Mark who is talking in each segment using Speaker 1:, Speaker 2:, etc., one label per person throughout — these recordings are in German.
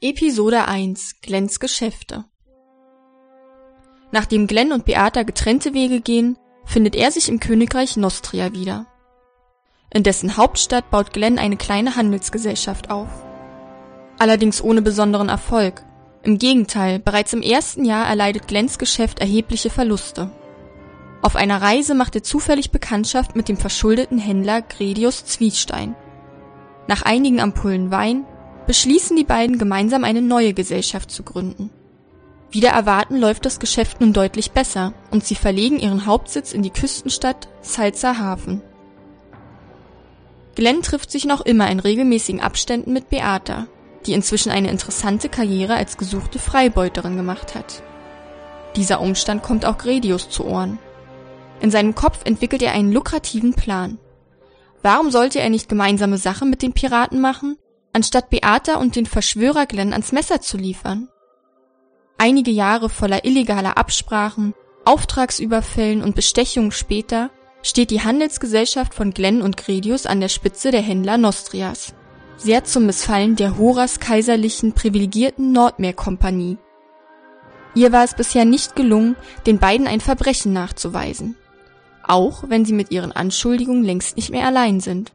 Speaker 1: Episode 1 Glenns Geschäfte Nachdem Glenn und Beata getrennte Wege gehen, findet er sich im Königreich Nostria wieder. In dessen Hauptstadt baut Glenn eine kleine Handelsgesellschaft auf. Allerdings ohne besonderen Erfolg. Im Gegenteil, bereits im ersten Jahr erleidet Glenns Geschäft erhebliche Verluste. Auf einer Reise macht er zufällig Bekanntschaft mit dem verschuldeten Händler Gredius Zwiestein. Nach einigen Ampullen Wein beschließen die beiden gemeinsam eine neue Gesellschaft zu gründen. Wider Erwarten läuft das Geschäft nun deutlich besser und sie verlegen ihren Hauptsitz in die Küstenstadt Salzerhafen. Glenn trifft sich noch immer in regelmäßigen Abständen mit Beata, die inzwischen eine interessante Karriere als gesuchte Freibeuterin gemacht hat. Dieser Umstand kommt auch Gredius zu Ohren. In seinem Kopf entwickelt er einen lukrativen Plan. Warum sollte er nicht gemeinsame Sache mit den Piraten machen, anstatt Beata und den Verschwörer Glenn ans Messer zu liefern. Einige Jahre voller illegaler Absprachen, Auftragsüberfällen und Bestechungen später steht die Handelsgesellschaft von Glenn und Gredius an der Spitze der Händler Nostrias, sehr zum Missfallen der Horas kaiserlichen privilegierten Nordmeerkompanie. Ihr war es bisher nicht gelungen, den beiden ein Verbrechen nachzuweisen, auch wenn sie mit ihren Anschuldigungen längst nicht mehr allein sind.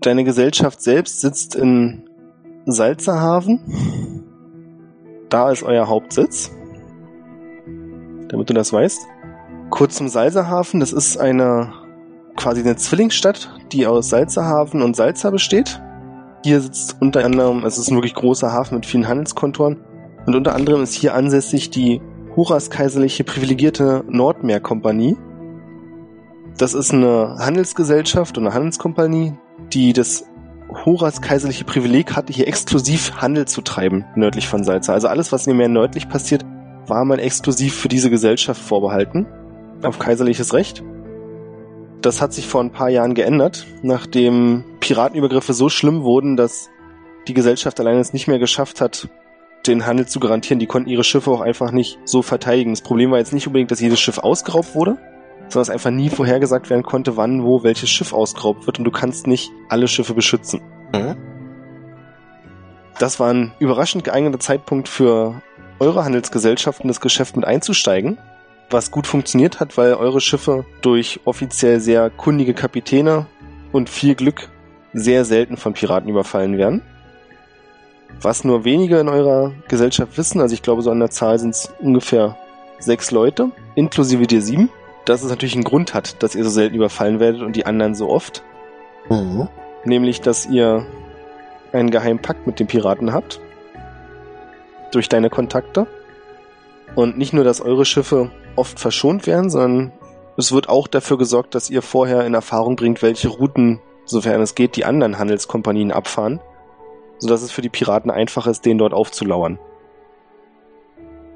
Speaker 2: deine Gesellschaft selbst sitzt in Salzerhafen. Da ist euer Hauptsitz. Damit du das weißt. Kurz zum Salzerhafen, das ist eine quasi eine Zwillingsstadt, die aus Salzerhafen und Salzer besteht. Hier sitzt unter anderem, es ist ein wirklich großer Hafen mit vielen Handelskontoren und unter anderem ist hier ansässig die Huras kaiserliche privilegierte Nordmeerkompanie. Das ist eine Handelsgesellschaft und eine Handelskompanie, die das Horas kaiserliche Privileg hatte, hier exklusiv Handel zu treiben, nördlich von Salza. Also alles, was mehr nördlich passiert, war mal exklusiv für diese Gesellschaft vorbehalten, auf kaiserliches Recht. Das hat sich vor ein paar Jahren geändert, nachdem Piratenübergriffe so schlimm wurden, dass die Gesellschaft alleine es nicht mehr geschafft hat, den Handel zu garantieren. Die konnten ihre Schiffe auch einfach nicht so verteidigen. Das Problem war jetzt nicht unbedingt, dass jedes Schiff ausgeraubt wurde, sondern es einfach nie vorhergesagt werden konnte, wann, wo, welches Schiff ausgeraubt wird und du kannst nicht alle Schiffe beschützen. Mhm. Das war ein überraschend geeigneter Zeitpunkt für eure Handelsgesellschaften, in das Geschäft mit einzusteigen, was gut funktioniert hat, weil eure Schiffe durch offiziell sehr kundige Kapitäne und viel Glück sehr selten von Piraten überfallen werden. Was nur wenige in eurer Gesellschaft wissen, also ich glaube so an der Zahl sind es ungefähr sechs Leute, inklusive dir sieben dass es natürlich einen Grund hat, dass ihr so selten überfallen werdet und die anderen so oft. Mhm. Nämlich, dass ihr einen geheimen Pakt mit den Piraten habt. Durch deine Kontakte. Und nicht nur, dass eure Schiffe oft verschont werden, sondern es wird auch dafür gesorgt, dass ihr vorher in Erfahrung bringt, welche Routen, sofern es geht, die anderen Handelskompanien abfahren. Sodass es für die Piraten einfach ist, den dort aufzulauern.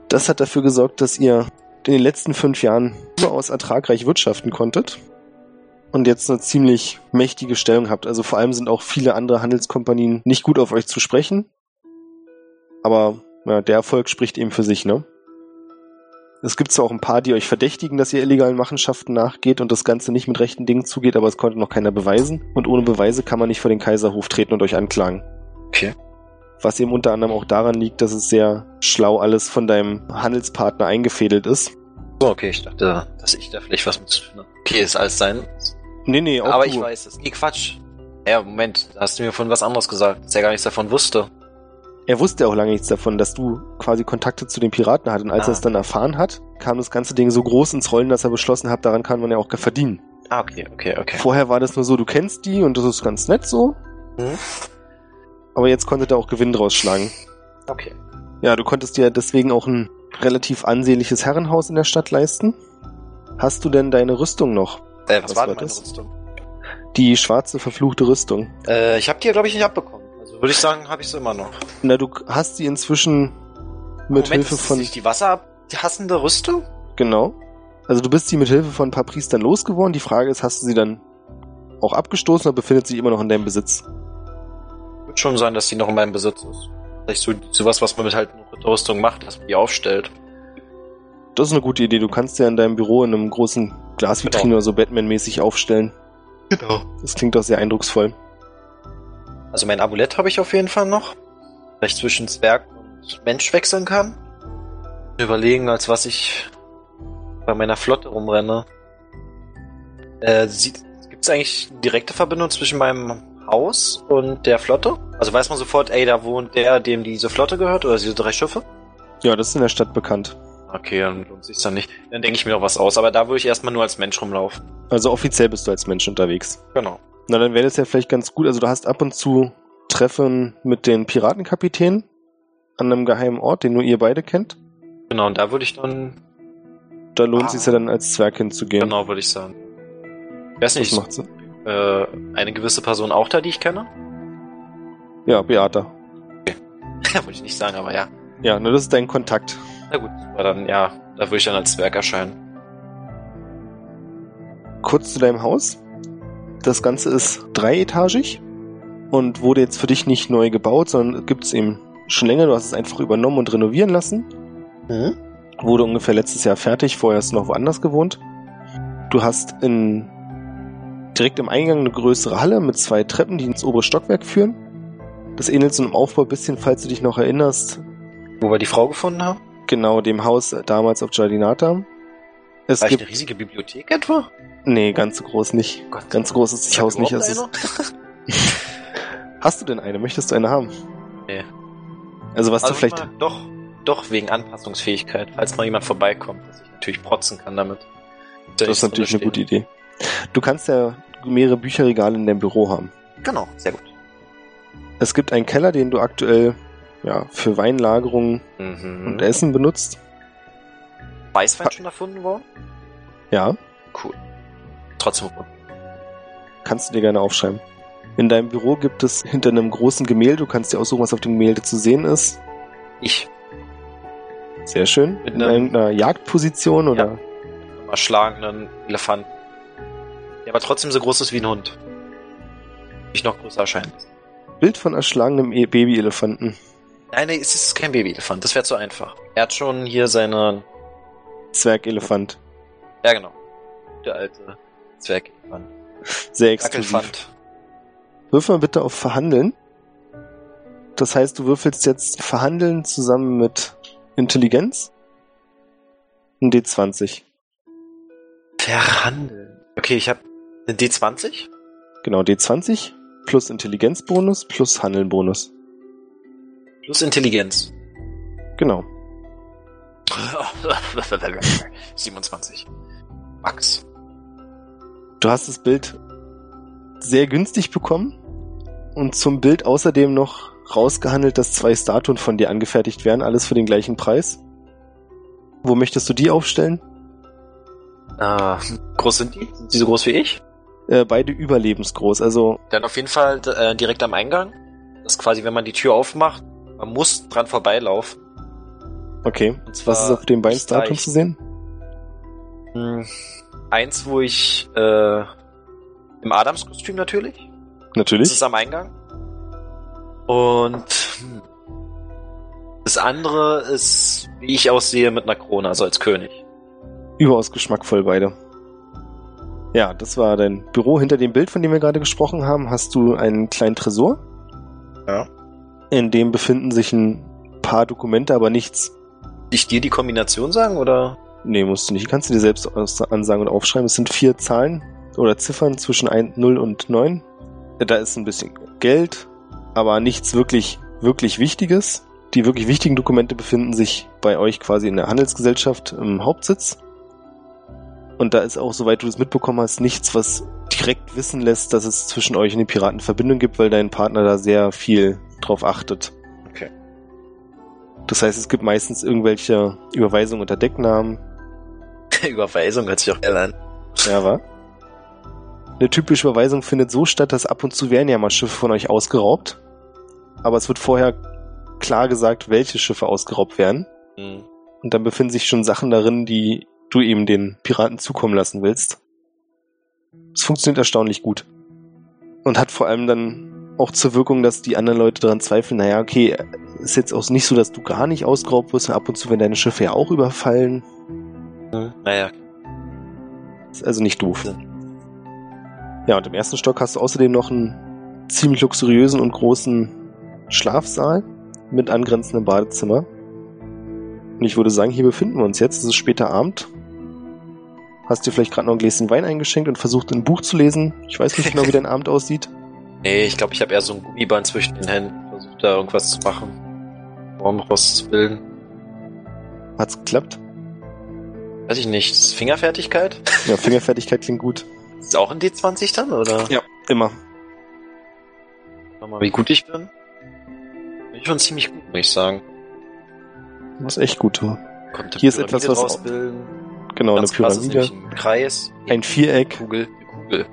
Speaker 2: Das hat dafür gesorgt, dass ihr in den letzten fünf Jahren überaus ertragreich wirtschaften konntet und jetzt eine ziemlich mächtige Stellung habt. Also vor allem sind auch viele andere Handelskompanien nicht gut auf euch zu sprechen. Aber ja, der Erfolg spricht eben für sich, ne? Es gibt zwar auch ein paar, die euch verdächtigen, dass ihr illegalen Machenschaften nachgeht und das Ganze nicht mit rechten Dingen zugeht, aber es konnte noch keiner beweisen. Und ohne Beweise kann man nicht vor den Kaiserhof treten und euch anklagen.
Speaker 3: Okay
Speaker 2: was eben unter anderem auch daran liegt, dass es sehr schlau alles von deinem Handelspartner eingefädelt ist.
Speaker 3: So, okay, ich dachte, dass ich da vielleicht was mit zu tun habe. Okay, ist alles sein.
Speaker 2: Nee, nee, auch
Speaker 3: Aber
Speaker 2: du.
Speaker 3: ich weiß es. Nee, Quatsch. Ja, Moment, da hast du mir von was anderes gesagt, dass er gar nichts davon wusste.
Speaker 2: Er wusste auch lange nichts davon, dass du quasi Kontakte zu den Piraten hattest. Und als
Speaker 3: Ah.
Speaker 2: er es dann erfahren hat, kam das ganze Ding so groß ins Rollen, dass er beschlossen hat, daran kann man ja auch verdienen.
Speaker 3: Ah, okay, okay, okay.
Speaker 2: Vorher war das nur so, du kennst die und das ist ganz nett so.
Speaker 3: Mhm.
Speaker 2: Aber jetzt konnte da auch Gewinn draus schlagen.
Speaker 3: Okay.
Speaker 2: Ja, du konntest dir deswegen auch ein relativ ansehnliches Herrenhaus in der Stadt leisten. Hast du denn deine Rüstung noch?
Speaker 3: Äh, was,
Speaker 2: Was
Speaker 3: war
Speaker 2: war
Speaker 3: denn meine
Speaker 2: das?
Speaker 3: Rüstung?
Speaker 2: Die schwarze, verfluchte Rüstung.
Speaker 3: Äh, ich habe die, glaube ich, nicht abbekommen. Also würde ich sagen, habe ich sie immer noch.
Speaker 2: Na, du k- hast sie inzwischen mit
Speaker 3: Moment,
Speaker 2: Hilfe
Speaker 3: ist das
Speaker 2: von.
Speaker 3: nicht die wasserhassende Rüstung?
Speaker 2: Genau. Also du bist sie mit Hilfe von ein paar Priestern losgeworden. Die Frage ist, hast du sie dann auch abgestoßen oder befindet sie immer noch in deinem Besitz?
Speaker 3: Wird schon sein, dass die noch in meinem Besitz ist. Vielleicht so sowas, was man mit halt einer Rüstung macht, dass man die aufstellt.
Speaker 2: Das ist eine gute Idee. Du kannst ja in deinem Büro in einem großen Glasvitrine
Speaker 3: Genau.
Speaker 2: oder so Batman-mäßig aufstellen.
Speaker 3: Genau.
Speaker 2: Das klingt doch sehr eindrucksvoll.
Speaker 3: Also mein Amulett habe ich auf jeden Fall noch. Vielleicht zwischen Zwerg und Mensch wechseln kann. Überlegen, als was ich bei meiner Flotte rumrenne. Äh, Gibt es eigentlich eine direkte Verbindung zwischen meinem Haus und der Flotte? Also weiß man sofort, ey, da wohnt der, dem diese Flotte gehört oder diese drei Schiffe?
Speaker 2: Ja, das ist in der Stadt bekannt.
Speaker 3: Okay, dann lohnt sich's dann nicht. Dann denke ich mir noch was aus, aber da würde ich erstmal nur als Mensch rumlaufen.
Speaker 2: Also offiziell bist du als Mensch unterwegs.
Speaker 3: Genau.
Speaker 2: Na, dann wäre das ja vielleicht ganz gut. Also du hast ab und zu Treffen mit den Piratenkapitänen an einem geheimen Ort, den nur ihr beide kennt.
Speaker 3: Genau, und da würde ich dann,
Speaker 2: Da lohnt
Speaker 3: Ah.
Speaker 2: es sich ja dann als Zwerg hinzugehen.
Speaker 3: genau, würde ich sagen. Ich weiß
Speaker 2: Das
Speaker 3: nicht,
Speaker 2: macht Sinn.
Speaker 3: äh, eine gewisse Person auch da, die ich kenne?
Speaker 2: Ja, Beata.
Speaker 3: Ja, würde ich nicht sagen, aber ja.
Speaker 2: Ja, na, das ist dein Kontakt.
Speaker 3: Na gut, aber dann, ja, da würde ich dann als Zwerg erscheinen.
Speaker 2: kurz zu deinem Haus. Das Ganze ist dreietagig und wurde jetzt für dich nicht neu gebaut, sondern gibt es eben schon länger. Du hast es einfach übernommen und renovieren lassen. Hm?
Speaker 3: Mhm.
Speaker 2: Wurde ungefähr letztes Jahr fertig, vorher hast du noch woanders gewohnt. Du hast in, direkt im Eingang eine größere Halle mit zwei Treppen, die ins obere Stockwerk führen. Das ähnelt so einem Aufbau ein bisschen, falls du dich noch erinnerst,
Speaker 3: Wo wir die Frau gefunden haben?
Speaker 2: genau dem Haus damals auf Giardinata. Es
Speaker 3: War ich
Speaker 2: gibt,
Speaker 3: eine riesige Bibliothek etwa?
Speaker 2: nee, ganz so groß nicht.
Speaker 3: Gott,
Speaker 2: Ganz groß ist das Haus nicht. Es ist, Hast du denn eine? Möchtest du eine haben?
Speaker 3: Nee.
Speaker 2: Also was
Speaker 3: Hast
Speaker 2: du
Speaker 3: also
Speaker 2: vielleicht.
Speaker 3: Mal, doch, doch wegen Anpassungsfähigkeit, falls mal jemand vorbeikommt, dass ich natürlich protzen kann damit.
Speaker 2: Das ist natürlich eine gute Idee. Du kannst ja mehrere Bücherregale in deinem Büro haben.
Speaker 3: Idee. Genau, sehr gut.
Speaker 2: Es gibt einen Keller, den du aktuell ja, für Weinlagerungen
Speaker 3: Mhm.
Speaker 2: und Essen benutzt.
Speaker 3: Weißwein schon erfunden worden?
Speaker 2: Ja,
Speaker 3: Cool. Trotzdem.
Speaker 2: kannst du dir gerne aufschreiben. In deinem Büro gibt es hinter einem großen Gemälde, du kannst dir aussuchen, was auf dem Gemälde zu sehen ist.
Speaker 3: Ich
Speaker 2: Sehr schön.
Speaker 3: Mit
Speaker 2: In
Speaker 3: einem-
Speaker 2: irgendeiner Jagdposition oder
Speaker 3: einem erschlagenen Elefanten. Der aber trotzdem so groß ist wie ein Hund. Ich noch größer erscheinen. lassen.
Speaker 2: Bild von erschlagenem E- Babyelefanten.
Speaker 3: Nein, nein, es ist kein Babyelefant. Das wäre zu einfach. Er hat schon hier seine.
Speaker 2: Zwergelefant.
Speaker 3: Ja, genau. Der alte Zwergelefant.
Speaker 2: Sehr exklusiv.
Speaker 3: Dackelfant.
Speaker 2: Wirf mal bitte auf Verhandeln. Das heißt, du würfelst jetzt Verhandeln zusammen mit Intelligenz. Ein D20.
Speaker 3: Verhandeln. Okay, ich habe eine D20.
Speaker 2: Genau, D20 plus Intelligenzbonus plus Handelnbonus.
Speaker 3: Plus Intelligenz.
Speaker 2: Genau.
Speaker 3: 27. Max.
Speaker 2: Du hast das Bild sehr günstig bekommen und zum Bild außerdem noch rausgehandelt, dass zwei Statuen von dir angefertigt werden, alles für den gleichen Preis. Wo möchtest du die aufstellen?
Speaker 3: Ah, groß sind die? Sind die so groß wie ich?
Speaker 2: Äh, beide überlebensgroß, also
Speaker 3: Dann auf jeden Fall äh, direkt am Eingang. Das ist quasi, wenn man die Tür aufmacht, man muss dran vorbeilaufen.
Speaker 2: okay.
Speaker 3: Und zwar
Speaker 2: Was ist auf den beiden
Speaker 3: nicht leicht.
Speaker 2: Statuen zu sehen?
Speaker 3: Hm, Eins, wo ich äh, im Adamskostüm natürlich.
Speaker 2: Natürlich.
Speaker 3: Das ist am Eingang. Und hm, das andere ist, wie ich aussehe, mit einer Krone, also als König.
Speaker 2: Überaus geschmackvoll beide. Ja, das war dein Büro. Hinter dem Bild, von dem wir gerade gesprochen haben, hast du einen kleinen Tresor.
Speaker 3: Ja.
Speaker 2: In dem befinden sich ein paar Dokumente, aber nichts.
Speaker 3: Ich dir die Kombination sagen oder?
Speaker 2: Nee, musst du nicht. Kannst du dir selbst aus- ansagen und aufschreiben. Es sind vier Zahlen oder Ziffern zwischen 1, 0 und 9. Da ist ein bisschen Geld, aber nichts wirklich, wirklich Wichtiges. Die wirklich wichtigen Dokumente befinden sich bei euch quasi in der Handelsgesellschaft im Hauptsitz. Und da ist auch, soweit du das mitbekommen hast, nichts, was direkt wissen lässt, dass es zwischen euch eine Piratenverbindung gibt, weil dein Partner da sehr viel drauf achtet.
Speaker 3: Okay.
Speaker 2: Das heißt, es gibt meistens irgendwelche Überweisungen unter Decknamen.
Speaker 3: Überweisung hört sich auch geil an.
Speaker 2: Ja, wa? Eine typische Überweisung findet so statt, dass ab und zu werden ja mal Schiffe von euch ausgeraubt. Aber es wird vorher klar gesagt, welche Schiffe ausgeraubt werden.
Speaker 3: Hm.
Speaker 2: Und dann befinden sich schon Sachen darin, die du eben den Piraten zukommen lassen willst. Es funktioniert erstaunlich gut. Und hat vor allem dann auch zur Wirkung, dass die anderen Leute daran zweifeln, naja, okay, ist jetzt auch nicht so, dass du gar nicht ausgeraubt wirst. Ab und zu werden deine Schiffe ja auch überfallen.
Speaker 3: Naja,
Speaker 2: Ist also nicht doof. Ja, und im ersten Stock hast du außerdem noch einen ziemlich luxuriösen und großen Schlafsaal mit angrenzendem Badezimmer. Und ich würde sagen, hier befinden wir uns jetzt. Es ist später Abend. Hast dir vielleicht gerade noch ein Gläschen Wein eingeschenkt und versucht, ein Buch zu lesen. Ich weiß nicht genau, wie dein Abend aussieht.
Speaker 3: nee, ich glaube, ich habe eher so ein Gummiband zwischen den Händen. Versucht da irgendwas zu machen. Um rauszubilden.
Speaker 2: Hat's geklappt?
Speaker 3: Weiß ich nicht. Ist Fingerfertigkeit?
Speaker 2: Ja, Fingerfertigkeit klingt gut.
Speaker 3: Ist auch ein D20 dann, oder?
Speaker 2: Ja, immer.
Speaker 3: Schau mal, wie gut ich bin. Bin schon ziemlich gut, muss ich sagen.
Speaker 2: Das ist echt gut.
Speaker 3: Kommt
Speaker 2: Hier ist etwas, was-
Speaker 3: rausbilden.
Speaker 2: Genau,
Speaker 3: Ganz
Speaker 2: eine
Speaker 3: krass ist nämlich
Speaker 2: Pyramide,
Speaker 3: ein Kreis,
Speaker 2: ein Viereck,
Speaker 3: Kugel, eine Kugel.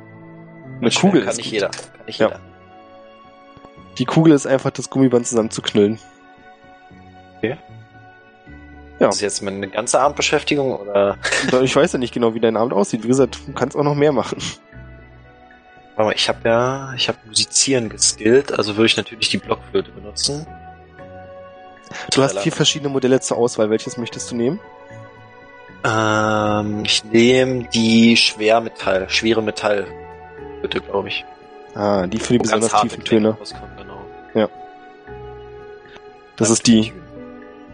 Speaker 2: eine Kugel.
Speaker 3: Kann
Speaker 2: Ist
Speaker 3: nicht
Speaker 2: gut.
Speaker 3: jeder. Kann nicht
Speaker 2: Ja. genau.
Speaker 3: jeder.
Speaker 2: Die Kugel ist einfach das Gummiband zusammenzuknüllen. Ja.
Speaker 3: Das ist jetzt meine ganze Abendbeschäftigung oder.
Speaker 2: Da- Ich weiß ja nicht genau, wie dein Abend aussieht. Wie gesagt, du kannst auch noch mehr machen.
Speaker 3: Warte mal, ich habe ja, ich habe musizieren geskillt, also würde ich natürlich die Blockflöte benutzen.
Speaker 2: Du hast vier verschiedene Modelle zur Auswahl. Welches möchtest du nehmen?
Speaker 3: Ähm, ich nehme die Schwermetall, schwere Metallflöte, glaube ich.
Speaker 2: Ah, die für die
Speaker 3: Wo ganz
Speaker 2: besonders
Speaker 3: harte
Speaker 2: tiefen
Speaker 3: Klänge
Speaker 2: Töne.
Speaker 3: rauskommen, Genau.
Speaker 2: Das ist die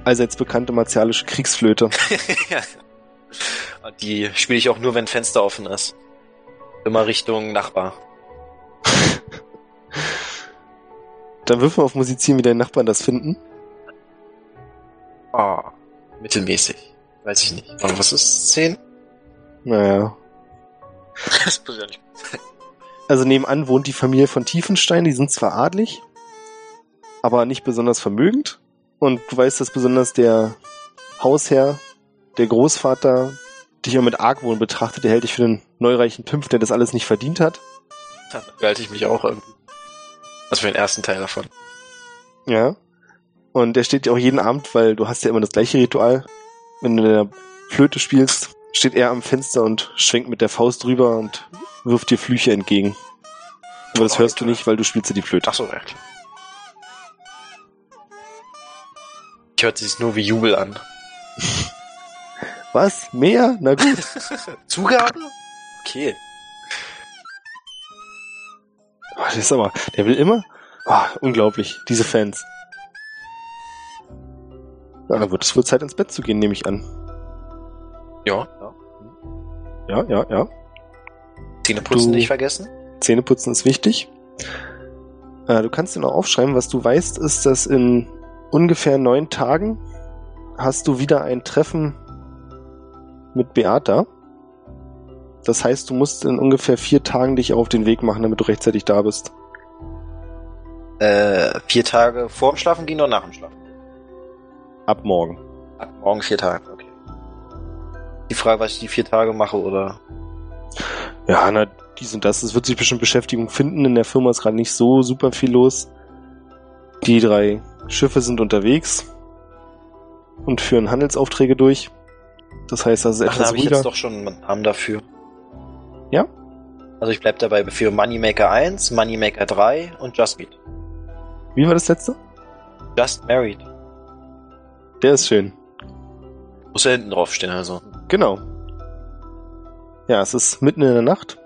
Speaker 2: allseits bekannte martialische Kriegsflöte.
Speaker 3: Und die spiele ich auch nur, wenn Fenster offen ist. Immer Richtung Nachbar.
Speaker 2: Dann wirf mal auf Musizieren, wie deine Nachbarn das finden.
Speaker 3: Ah, mittelmäßig. Weiß ich nicht. Aber was ist 10?
Speaker 2: Naja.
Speaker 3: Das muss ja nicht.
Speaker 2: Also nebenan wohnt die Familie von Tiefenstein. Die sind zwar adlig, aber nicht besonders vermögend. Und du weißt, dass besonders der Hausherr, der Großvater, dich ja mit Argwohn betrachtet. Der hält dich für einen neureichen Pimpf, der das alles nicht verdient hat.
Speaker 3: Da halte ich mich auch irgendwie. Also für den ersten Teil davon.
Speaker 2: Ja. Und der steht ja auch jeden Abend, weil du hast ja immer das gleiche Ritual. Wenn du der Flöte spielst, steht er am Fenster und schwenkt mit der Faust drüber und wirft dir Flüche entgegen. Aber das hörst du nicht, weil du spielst ja die Flöte.
Speaker 3: Ach so, ja klar. Ich hörte es nur wie Jubel an.
Speaker 2: Was? Mehr? Na gut.
Speaker 3: Zugabe? Okay.
Speaker 2: Oh, das ist aber, der will immer. Ah, unglaublich, diese Fans. Na, dann wird es wohl Zeit, ins Bett zu gehen, nehme ich an.
Speaker 3: Ja. ja.
Speaker 2: Ja, ja, ja.
Speaker 3: Zähneputzen
Speaker 2: Du-
Speaker 3: nicht vergessen.
Speaker 2: Zähneputzen ist wichtig. Äh, du kannst dir noch aufschreiben, was du weißt, ist, dass in ungefähr neun Tagen hast du wieder ein Treffen mit Beata. Das heißt, du musst in ungefähr vier Tagen dich auch auf den Weg machen, damit du rechtzeitig da bist.
Speaker 3: Äh, vier Tage vorm Schlafen gehen oder nach dem Schlafen?
Speaker 2: Ab morgen.
Speaker 3: Ab morgen vier Tage, okay. Die Frage, was ich die vier Tage mache, oder?
Speaker 2: Ja, na, dies und das. Es wird sich bestimmt Beschäftigung finden. In der Firma ist gerade nicht so super viel los. Die drei Schiffe sind unterwegs und führen Handelsaufträge durch. Das heißt, das ist
Speaker 3: Ach, da
Speaker 2: etwas
Speaker 3: habe ich
Speaker 2: ruhiger.
Speaker 3: jetzt doch schon einen Namen dafür.
Speaker 2: Ja?
Speaker 3: Also ich bleib dabei für Moneymaker 1, Moneymaker 3 und Just Meet.
Speaker 2: Wie war das letzte?
Speaker 3: Just Married.
Speaker 2: Der ist schön.
Speaker 3: Muss ja hinten drauf stehen, also.
Speaker 2: Genau. Ja, es ist mitten in der Nacht,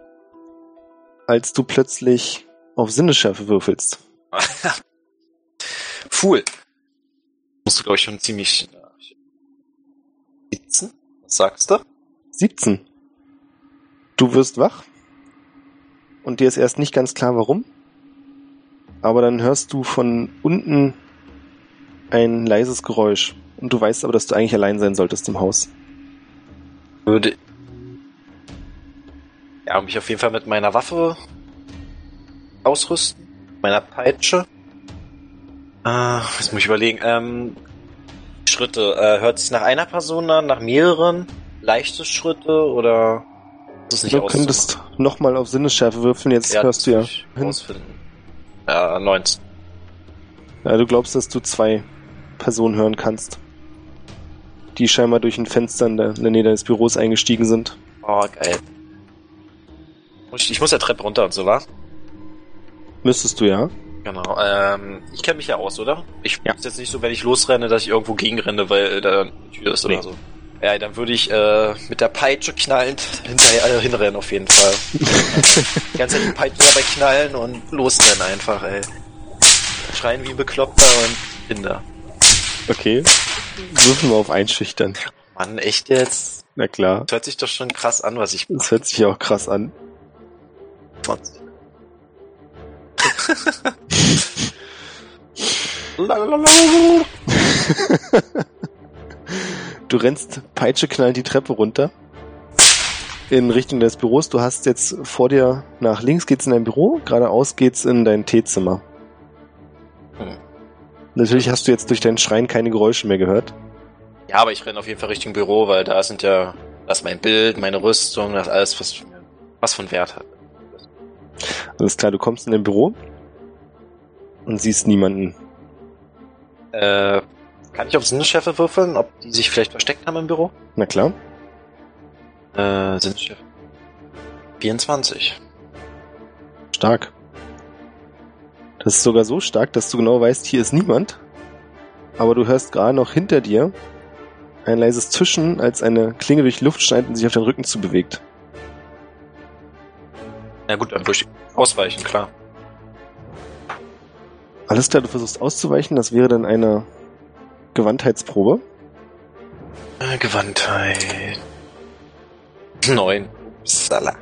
Speaker 2: als du plötzlich auf Sinnesschärfe würfelst.
Speaker 3: Fool. Musst du, glaube ich, schon ziemlich. äh, sitzen? Was sagst du?
Speaker 2: 17. Du wirst wach und dir ist erst nicht ganz klar, warum. Aber dann hörst du von unten ein leises Geräusch. Und du weißt aber, dass du eigentlich allein sein solltest im Haus.
Speaker 3: Würde Ja, um mich auf jeden Fall mit meiner Waffe ausrüsten. Meiner Peitsche. Ah, jetzt muss ich überlegen. Ähm, Schritte. Äh, hört sich nach einer Person an, nach mehreren? Leichte Schritte oder ist es nicht
Speaker 2: Du könntest nochmal auf Sinnesschärfe würfeln, jetzt
Speaker 3: Ja,
Speaker 2: hörst du ja.
Speaker 3: muss ich Rausfinden. Ja, 19.
Speaker 2: ja. Du glaubst, dass du zwei Personen hören kannst, die scheinbar durch ein Fenster in der, in der Nähe deines Büros eingestiegen sind.
Speaker 3: Oh, geil. Muss Ich, ich muss ja Treppe runter und so, was?
Speaker 2: Müsstest du ja.
Speaker 3: Genau. Ähm, ich kenne mich ja aus, oder? Ich
Speaker 2: Ja.
Speaker 3: ist jetzt nicht so, wenn ich losrenne, dass ich irgendwo gegenrenne, weil äh, da eine Tür ist
Speaker 2: Nee.
Speaker 3: oder so. Ja, dann würde ich äh, mit der Peitsche knallend hinterher äh, hinrennen auf jeden Fall. die ganze Zeit die Peitsche dabei knallen und losrennen einfach, ey. Schreien wie ein Bekloppter und Kinder.
Speaker 2: Okay. Würfen wir auf einschüchtern.
Speaker 3: Mann, echt jetzt?
Speaker 2: Na klar.
Speaker 3: Das hört sich doch schon krass an, was ich
Speaker 2: Das hört sich ja auch krass an.
Speaker 3: Lalalala.
Speaker 2: Du rennst Peitsche knallt die Treppe runter in Richtung des Büros. Du hast jetzt vor dir nach links geht's in dein Büro, geradeaus geht's in dein Teezimmer.
Speaker 3: Hm.
Speaker 2: Natürlich hast du jetzt durch deinen Schrein keine Geräusche mehr gehört.
Speaker 3: Ja, aber ich renne auf jeden Fall Richtung Büro, weil da sind ja, da ist mein Bild, meine Rüstung, das alles, was, was von Wert hat.
Speaker 2: Alles klar, du kommst in dein Büro und siehst niemanden.
Speaker 3: Äh, kann ich auf Sinneschärfe würfeln, ob die sich vielleicht versteckt haben im Büro?
Speaker 2: Na klar.
Speaker 3: Äh, Sinneschärfe. 24.
Speaker 2: Stark. Das ist sogar so stark, dass du genau weißt, hier ist niemand. Aber du hörst gerade noch hinter dir ein leises Zischen, als eine Klinge durch die Luft schneidet und sich auf den Rücken zu bewegt.
Speaker 3: Na gut, dann durch ausweichen, klar.
Speaker 2: Alles klar, du versuchst auszuweichen, das wäre dann eine Gewandtheitsprobe.
Speaker 3: Äh, Gewandtheit. Nein. Upsala.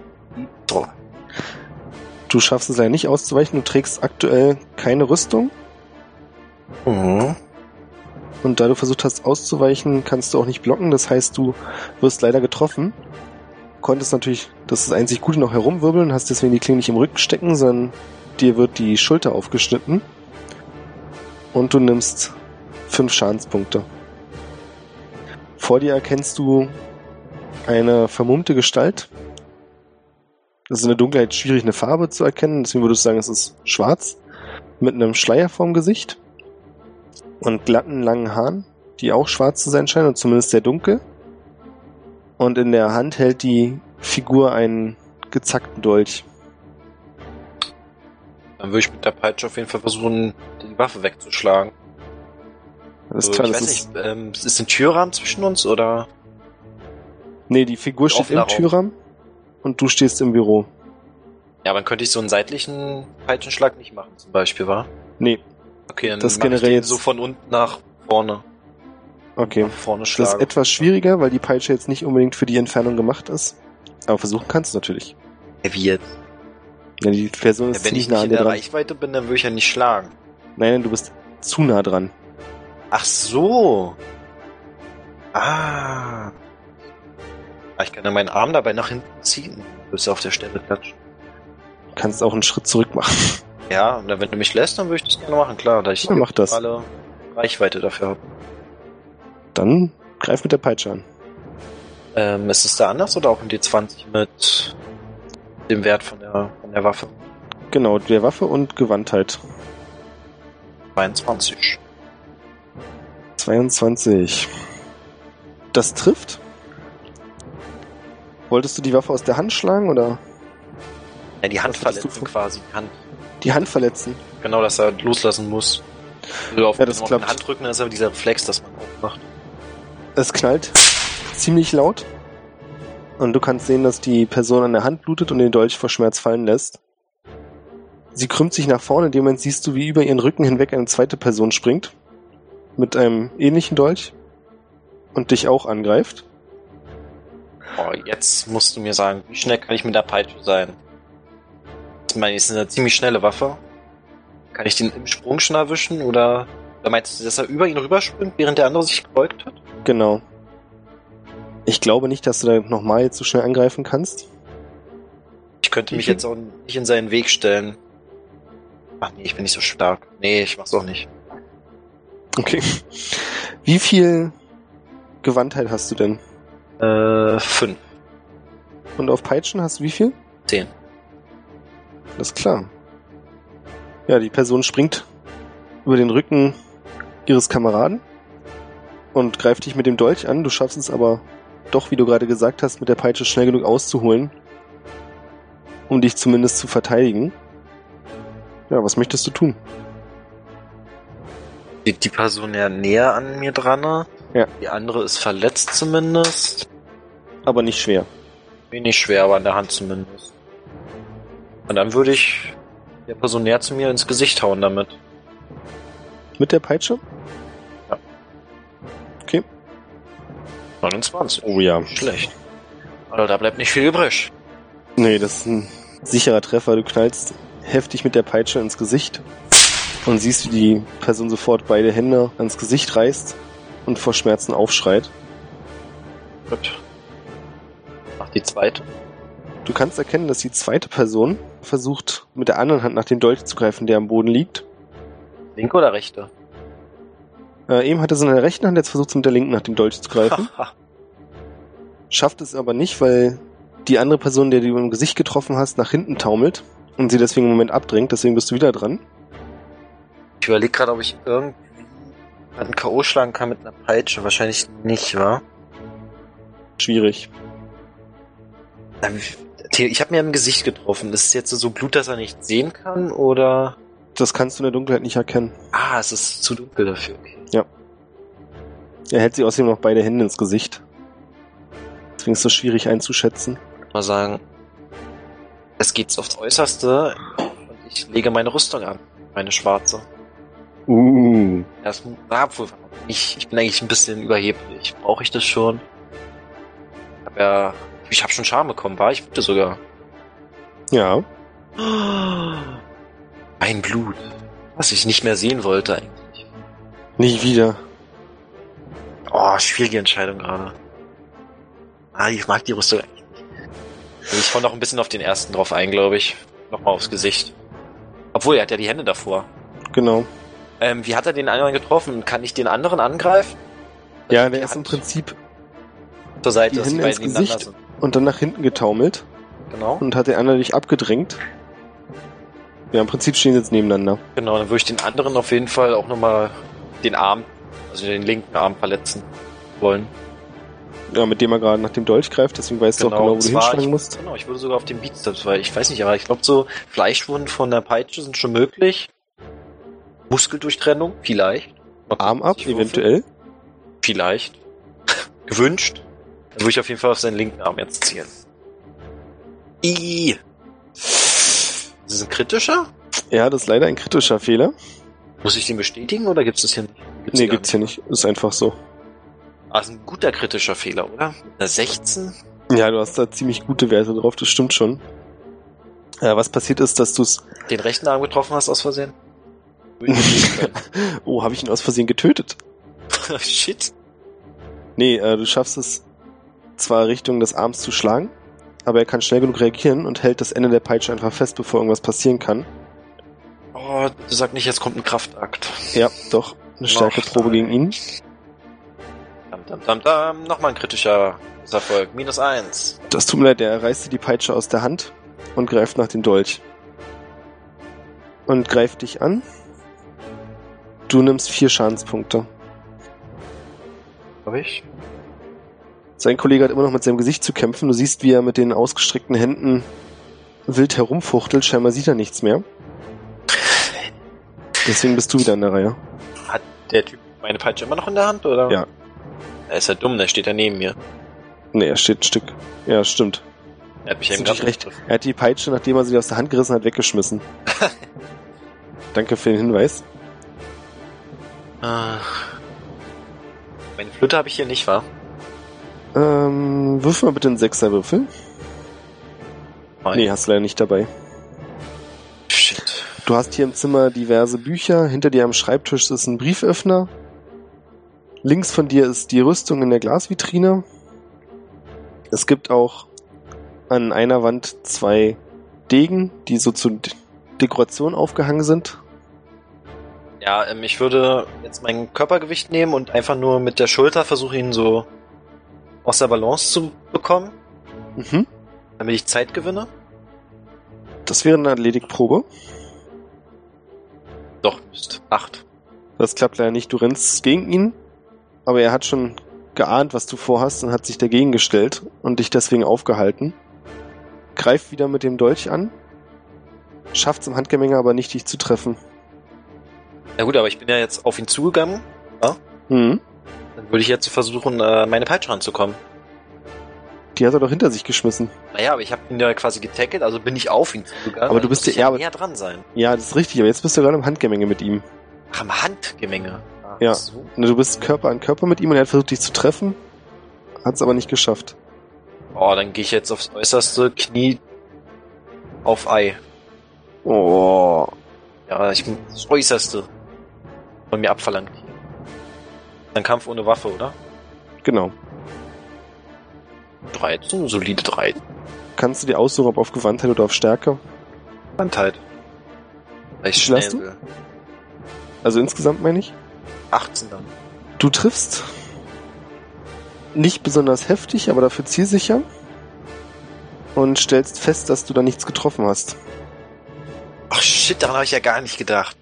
Speaker 3: So.
Speaker 2: Du schaffst es leider nicht auszuweichen, du trägst aktuell keine Rüstung
Speaker 3: Mhm.
Speaker 2: und da du versucht hast auszuweichen, kannst du auch nicht blocken, das heißt, du wirst leider getroffen. Konntest natürlich, das ist das einzig Gute, noch herumwirbeln, hast deswegen die Klinge nicht im Rücken stecken, sondern dir wird die Schulter aufgeschnitten und du nimmst fünf Schadenspunkte. Vor dir erkennst du eine vermummte Gestalt. Es ist in der Dunkelheit schwierig, eine Farbe zu erkennen, deswegen würdest du sagen, es ist schwarz. Mit einem Schleier vorm Gesicht und glatten, langen Haaren, die auch schwarz zu sein scheinen und zumindest sehr dunkel. Und in der Hand hält die Figur einen gezackten Dolch.
Speaker 3: Dann würde ich mit der Peitsche auf jeden Fall versuchen, die Waffe wegzuschlagen.
Speaker 2: Das ist
Speaker 3: Also,
Speaker 2: klar,
Speaker 3: ich
Speaker 2: das
Speaker 3: weiß
Speaker 2: ist.
Speaker 3: nicht, ähm, ist ein Türrahmen zwischen uns oder?
Speaker 2: Nee, die Figur steht
Speaker 3: offener
Speaker 2: im
Speaker 3: Raum.
Speaker 2: Türrahmen und du stehst im Büro.
Speaker 3: Ja, dann könnte ich so einen seitlichen Peitschenschlag nicht machen, zum Beispiel, war?
Speaker 2: Nee,
Speaker 3: Okay, dann
Speaker 2: Das
Speaker 3: mach ich
Speaker 2: generell
Speaker 3: den
Speaker 2: jetzt-
Speaker 3: so von unten nach vorne.
Speaker 2: okay.
Speaker 3: Nach vorne
Speaker 2: Das ist
Speaker 3: schlagen.
Speaker 2: etwas schwieriger, weil die Peitsche jetzt nicht unbedingt für die Entfernung gemacht ist. Aber versuchen kannst du natürlich.
Speaker 3: Wie jetzt?
Speaker 2: Ja, die Person ist
Speaker 3: Ja, wenn
Speaker 2: ziemlich
Speaker 3: ich
Speaker 2: nah
Speaker 3: nicht
Speaker 2: an
Speaker 3: in
Speaker 2: dir
Speaker 3: der
Speaker 2: dran.
Speaker 3: Reichweite bin, dann würde ich ja nicht schlagen.
Speaker 2: Nein, nein, du bist zu nah dran.
Speaker 3: Ach so. Ah. Ah, Ich kann ja meinen Arm dabei nach hinten ziehen, bis er auf der Stelle klatscht.
Speaker 2: Du kannst auch einen Schritt zurück machen.
Speaker 3: Ja, und dann, wenn du mich lässt, dann würde ich das gerne machen, klar, da ich
Speaker 2: Ja, mach das.
Speaker 3: alle Reichweite dafür habe.
Speaker 2: Dann greif mit der Peitsche an.
Speaker 3: Ähm, ist es da anders oder auch ein D20 mit dem Wert von der, von der Waffe?
Speaker 2: Genau, der Waffe und Gewandtheit.
Speaker 3: 22.
Speaker 2: 22. Das trifft? Wolltest du die Waffe aus der Hand schlagen oder
Speaker 3: Ja, die Hand
Speaker 2: Was hattest du
Speaker 3: verletzt
Speaker 2: vor-
Speaker 3: quasi. Die Hand
Speaker 2: die Hand verletzen?
Speaker 3: Genau, dass er loslassen muss. Also auf,
Speaker 2: Ja, das
Speaker 3: wenn man
Speaker 2: klappt.
Speaker 3: Auf eine Hand drücken, dann ist ja dieser Reflex, dass man aufmacht.
Speaker 2: Es knallt ziemlich laut und du kannst sehen, dass die Person an der Hand blutet und den Dolch vor Schmerz fallen lässt. Sie krümmt sich nach vorne, in dem Moment siehst du, wie über ihren Rücken hinweg eine zweite Person springt mit einem ähnlichen Dolch und dich auch angreift.
Speaker 3: Boah, jetzt musst du mir sagen, wie schnell kann ich mit der Peitsche sein? Ich meine, es ist eine ziemlich schnelle Waffe. Kann ich den im Sprung schon erwischen oder, oder meinst du, dass er über ihn rüberspringt, während der andere sich gebeugt hat?
Speaker 2: Genau. Ich glaube nicht, dass du da nochmal jetzt so schnell angreifen kannst.
Speaker 3: könnte
Speaker 2: Mhm.
Speaker 3: mich jetzt auch nicht in seinen Weg stellen. Ach nee, ich bin nicht so stark. Nee, ich mach's auch nicht.
Speaker 2: Okay. Wie viel Gewandtheit hast du denn?
Speaker 3: Äh, fünf.
Speaker 2: Und auf Peitschen hast du wie viel?
Speaker 3: Zehn.
Speaker 2: Alles klar. Ja, die Person springt über den Rücken ihres Kameraden und greift dich mit dem Dolch an. Du schaffst es aber doch, wie du gerade gesagt hast, mit der Peitsche schnell genug auszuholen, um dich zumindest zu verteidigen. Ja, was möchtest du tun?
Speaker 3: Die, die Person ja näher an mir dran.
Speaker 2: Ja.
Speaker 3: Die andere ist verletzt zumindest.
Speaker 2: Aber nicht schwer.
Speaker 3: Mir nicht schwer, aber an der Hand zumindest. Und dann würde ich der Person näher zu mir ins Gesicht hauen damit.
Speaker 2: Mit der Peitsche?
Speaker 3: 29.
Speaker 2: Oh ja.
Speaker 3: Nicht Schlecht. Alter, da bleibt nicht viel übrig.
Speaker 2: Nee, das ist ein sicherer Treffer. Du knallst heftig mit der Peitsche ins Gesicht und siehst, wie die Person sofort beide Hände ans Gesicht reißt und vor Schmerzen aufschreit.
Speaker 3: Gut. Mach die zweite.
Speaker 2: Du kannst erkennen, dass die zweite Person versucht, mit der anderen Hand nach dem Dolch zu greifen, der am Boden liegt.
Speaker 3: Linke oder rechte?
Speaker 2: Äh, eben hatte sie in der rechten Hand, jetzt versucht sie mit der linken nach dem Dolch zu greifen.
Speaker 3: Haha.
Speaker 2: Schafft es aber nicht, weil die andere Person, der du im Gesicht getroffen hast, nach hinten taumelt und sie deswegen im Moment abdrängt. Deswegen bist du wieder dran.
Speaker 3: ich überlege gerade, ob ich irgendwie einen K.O. schlagen kann mit einer Peitsche. Wahrscheinlich nicht, wa?
Speaker 2: Schwierig.
Speaker 3: Ähm, Ich habe mir im Gesicht getroffen. Ist es jetzt so Blut, dass er nicht sehen kann? Oder.
Speaker 2: Das kannst du in der Dunkelheit nicht erkennen.
Speaker 3: Ah, es ist zu dunkel dafür. Okay.
Speaker 2: Er hält sie außerdem noch beide Hände ins Gesicht. Deswegen ist das schwierig einzuschätzen.
Speaker 3: mal sagen, es geht aufs Äußerste und ich lege meine Rüstung an, meine schwarze.
Speaker 2: Uh.
Speaker 3: Das, na, obwohl, ich, ich bin eigentlich ein bisschen überheblich. Brauche ich das schon? Ich hab ja, ich habe schon Charme bekommen, war ich bitte sogar.
Speaker 2: Ja.
Speaker 3: Ein Blut, was ich nicht mehr sehen wollte eigentlich.
Speaker 2: Nie wieder.
Speaker 3: Oh, schwierige Entscheidung gerade. Ah, ich mag die Rüstung eigentlich nicht. Ich hau noch ein bisschen auf den ersten drauf ein, glaube ich. Nochmal aufs Gesicht. Obwohl, er hat ja die Hände davor.
Speaker 2: Genau.
Speaker 3: Ähm, wie hat er den anderen getroffen? Kann ich den anderen angreifen?
Speaker 2: Ja,
Speaker 3: Also
Speaker 2: der
Speaker 3: die
Speaker 2: ist im
Speaker 3: Hand
Speaker 2: Prinzip
Speaker 3: zur Seite,
Speaker 2: die
Speaker 3: dass die
Speaker 2: Hände
Speaker 3: beiden
Speaker 2: ins
Speaker 3: nebeneinander
Speaker 2: Gesicht. und dann nach hinten getaumelt
Speaker 3: sind. Genau.
Speaker 2: und hat den anderen dich abgedrängt. Ja, im Prinzip stehen sie jetzt nebeneinander.
Speaker 3: Genau, dann würde ich den anderen auf jeden Fall auch nochmal den Arm, also den linken Arm verletzen wollen.
Speaker 2: Ja, mit dem er gerade nach dem Dolch greift, deswegen weißt du auch genau, wo
Speaker 3: und
Speaker 2: du
Speaker 3: zwar-
Speaker 2: hinschlagen
Speaker 3: ich,
Speaker 2: musst.
Speaker 3: Genau, ich würde sogar auf den Bizeps, weil ich weiß nicht, aber ich glaube so Fleischwunden von der Peitsche sind schon möglich. Muskeldurchtrennung, vielleicht. Mal gucken,
Speaker 2: Arm
Speaker 3: was
Speaker 2: ab,
Speaker 3: ich würfel.
Speaker 2: eventuell.
Speaker 3: Vielleicht. Gewünscht. Dann würde ich auf jeden Fall auf seinen linken Arm jetzt zielen. I. Ist das ein kritischer?
Speaker 2: Ja, das ist leider ein kritischer Fehler.
Speaker 3: Muss ich den bestätigen oder gibt es das hier nicht? Gibt's
Speaker 2: nee,
Speaker 3: gar
Speaker 2: gibt's hier nicht. Ist einfach so.
Speaker 3: Ah, ist ein guter kritischer Fehler, oder? Mit einer 16?
Speaker 2: Ja, du hast da ziemlich gute Werte drauf, das stimmt schon. Ja, was passiert ist, dass du's.
Speaker 3: Den rechten Arm getroffen hast aus Versehen? Würde ich nicht sehen
Speaker 2: Oh, habe ich ihn aus Versehen getötet?
Speaker 3: können. Shit.
Speaker 2: Nee, äh, du schaffst es zwar Richtung des Arms zu schlagen, aber er kann schnell genug reagieren und hält das Ende der Peitsche einfach fest, bevor irgendwas passieren kann.
Speaker 3: Oh, du sag nicht, jetzt kommt ein Kraftakt.
Speaker 2: Ja, doch, eine Stärkeprobe gegen ihn.
Speaker 3: Dam, dam, dam, dam. Nochmal ein kritischer Erfolg. Minus 1.
Speaker 2: Das tut mir leid, er reißt dir die Peitsche aus der Hand und greift nach dem Dolch. Und greift dich an. Du nimmst vier Schadenspunkte.
Speaker 3: Hab ich?
Speaker 2: Sein Kollege hat immer noch mit seinem Gesicht zu kämpfen. Du siehst, wie er mit den ausgestreckten Händen wild herumfuchtelt. Scheinbar sieht er nichts mehr. Deswegen bist du wieder an der Reihe.
Speaker 3: Der Typ meine Peitsche immer noch in der Hand, oder?
Speaker 2: Ja.
Speaker 3: Er ist ja dumm, der steht ja neben mir.
Speaker 2: Nee, er steht ein Stück. Ja, stimmt.
Speaker 3: Er hat mich
Speaker 2: Hast
Speaker 3: eben
Speaker 2: du
Speaker 3: gerade
Speaker 2: dich recht.
Speaker 3: getroffen.
Speaker 2: Er hat die Peitsche, nachdem er sie aus der Hand gerissen hat, weggeschmissen. Danke für den Hinweis.
Speaker 3: Ach. Ah. Meine Flöte habe ich hier nicht, wa?
Speaker 2: Ähm, würfel mal bitte einen Sechserwürfel. Nee, hast du leider nicht dabei.
Speaker 3: Shit.
Speaker 2: Du hast hier im Zimmer diverse Bücher. Hinter dir am Schreibtisch ist ein Brieföffner. Links von dir ist die Rüstung in der Glasvitrine. Es gibt auch an einer Wand zwei Degen, die so zur D- Dekoration aufgehangen sind.
Speaker 3: Ja, ähm, ich würde jetzt mein Körpergewicht nehmen und einfach nur mit der Schulter versuchen, ihn so aus der Balance zu bekommen,
Speaker 2: Mhm.
Speaker 3: damit ich Zeit gewinne.
Speaker 2: Das wäre eine Athletikprobe.
Speaker 3: Doch, Mist. Acht.
Speaker 2: Das klappt leider nicht. Du rennst gegen ihn, aber er hat schon geahnt, was du vorhast und hat sich dagegen gestellt und dich deswegen aufgehalten. Greift wieder mit dem Dolch an, schafft es im Handgemenge aber nicht, dich zu treffen.
Speaker 3: Na gut, aber ich bin ja jetzt auf ihn zugegangen.
Speaker 2: Mhm.
Speaker 3: Dann würde ich jetzt versuchen, äh, meine Peitsche ranzukommen.
Speaker 2: Die hat er doch hinter sich geschmissen.
Speaker 3: Naja, aber ich habe ihn ja quasi getackelt, also bin ich auf ihn zugegangen.
Speaker 2: Aber du
Speaker 3: Also
Speaker 2: bist
Speaker 3: muss
Speaker 2: ja-
Speaker 3: ich
Speaker 2: ja, aber-
Speaker 3: näher dran sein.
Speaker 2: Ja, das ist richtig, aber jetzt bist du gerade im Handgemenge mit ihm.
Speaker 3: Ach, im Handgemenge. Ach
Speaker 2: Ja.
Speaker 3: So.
Speaker 2: Ne, Du bist Körper an Körper mit ihm und er hat versucht, dich zu treffen, hat es aber nicht geschafft.
Speaker 3: Oh, dann gehe ich jetzt aufs äußerste Knie auf Ei.
Speaker 2: Oh.
Speaker 3: Ja, ich bin das äußerste. Von mir abverlangt. Dann Kampf ohne Waffe, oder?
Speaker 2: Genau.
Speaker 3: 13, solide 3.
Speaker 2: Kannst du dir aussuchen, ob auf Gewandtheit oder auf Stärke?
Speaker 3: Gewandtheit. Weil ich
Speaker 2: Wie viel
Speaker 3: halt. schnell
Speaker 2: hast du?
Speaker 3: will.
Speaker 2: Also insgesamt meine ich?
Speaker 3: 18 dann.
Speaker 2: Du triffst. Nicht besonders heftig, aber dafür zielsicher. Und stellst fest, dass du da nichts getroffen hast.
Speaker 3: Ach shit, daran habe ich ja gar nicht gedacht.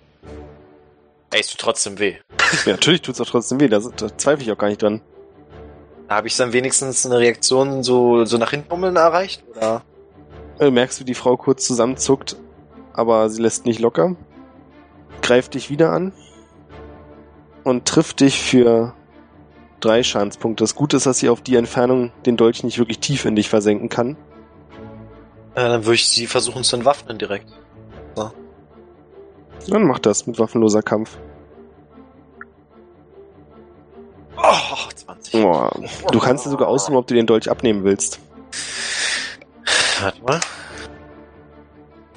Speaker 3: Ey, es tut trotzdem weh.
Speaker 2: Ja, natürlich tut's auch trotzdem weh, da, da zweifle ich auch gar nicht dran.
Speaker 3: Da habe ich dann wenigstens eine Reaktion so, so nach hinten bummeln erreicht? Oder?
Speaker 2: Äh, merkst, wie die Frau kurz zusammenzuckt, aber sie lässt nicht locker. Greift dich wieder an und trifft dich für drei Schadenspunkte. Das Gute ist, dass sie auf die Entfernung den Dolch nicht wirklich tief in dich versenken kann.
Speaker 3: Ja, dann würde ich sie versuchen zu entwaffnen direkt.
Speaker 2: Dann macht das mit waffenloser Kampf.
Speaker 3: Oh, 20.
Speaker 2: Boah. Du kannst dir sogar aussuchen, ob du den Dolch abnehmen willst.
Speaker 3: Warte mal.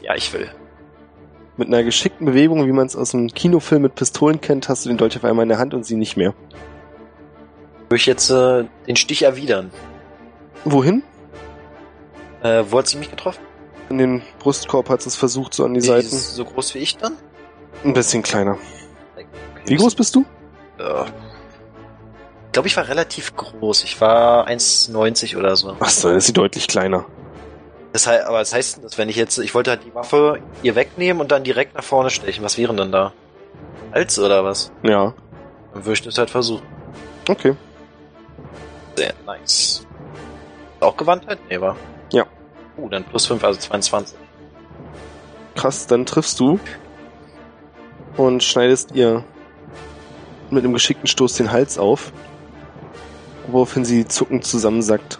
Speaker 3: Ja, ich will.
Speaker 2: Mit einer geschickten Bewegung, wie man es aus einem Kinofilm mit Pistolen kennt, hast du den Dolch auf einmal in der Hand und sie nicht mehr.
Speaker 3: Würde ich jetzt äh, den Stich erwidern.
Speaker 2: Wohin?
Speaker 3: Äh, wo hat sie mich getroffen?
Speaker 2: In den Brustkorb hat sie es versucht, so an die
Speaker 3: Die
Speaker 2: Seiten.
Speaker 3: ist so groß wie ich dann?
Speaker 2: Ein bisschen kleiner.
Speaker 3: Okay,
Speaker 2: Wie groß bist du?
Speaker 3: Äh, ich glaube, ich war relativ groß. Ich war 1,90 oder so.
Speaker 2: Ach so, dann ist sie deutlich kleiner.
Speaker 3: Das heißt, aber das heißt, dass wenn ich jetzt, ich wollte halt die Waffe ihr wegnehmen und dann direkt nach vorne stechen. Was wären denn da? Als oder was?
Speaker 2: Ja.
Speaker 3: Dann würde ich das halt versuchen.
Speaker 2: Okay.
Speaker 3: Sehr nice. Auch Gewandtheit? Nee, war.
Speaker 2: Ja.
Speaker 3: Uh, dann plus 5, also 22.
Speaker 2: Krass, dann triffst du und schneidest ihr mit einem geschickten Stoß den Hals auf, woraufhin sie zuckend zusammensackt.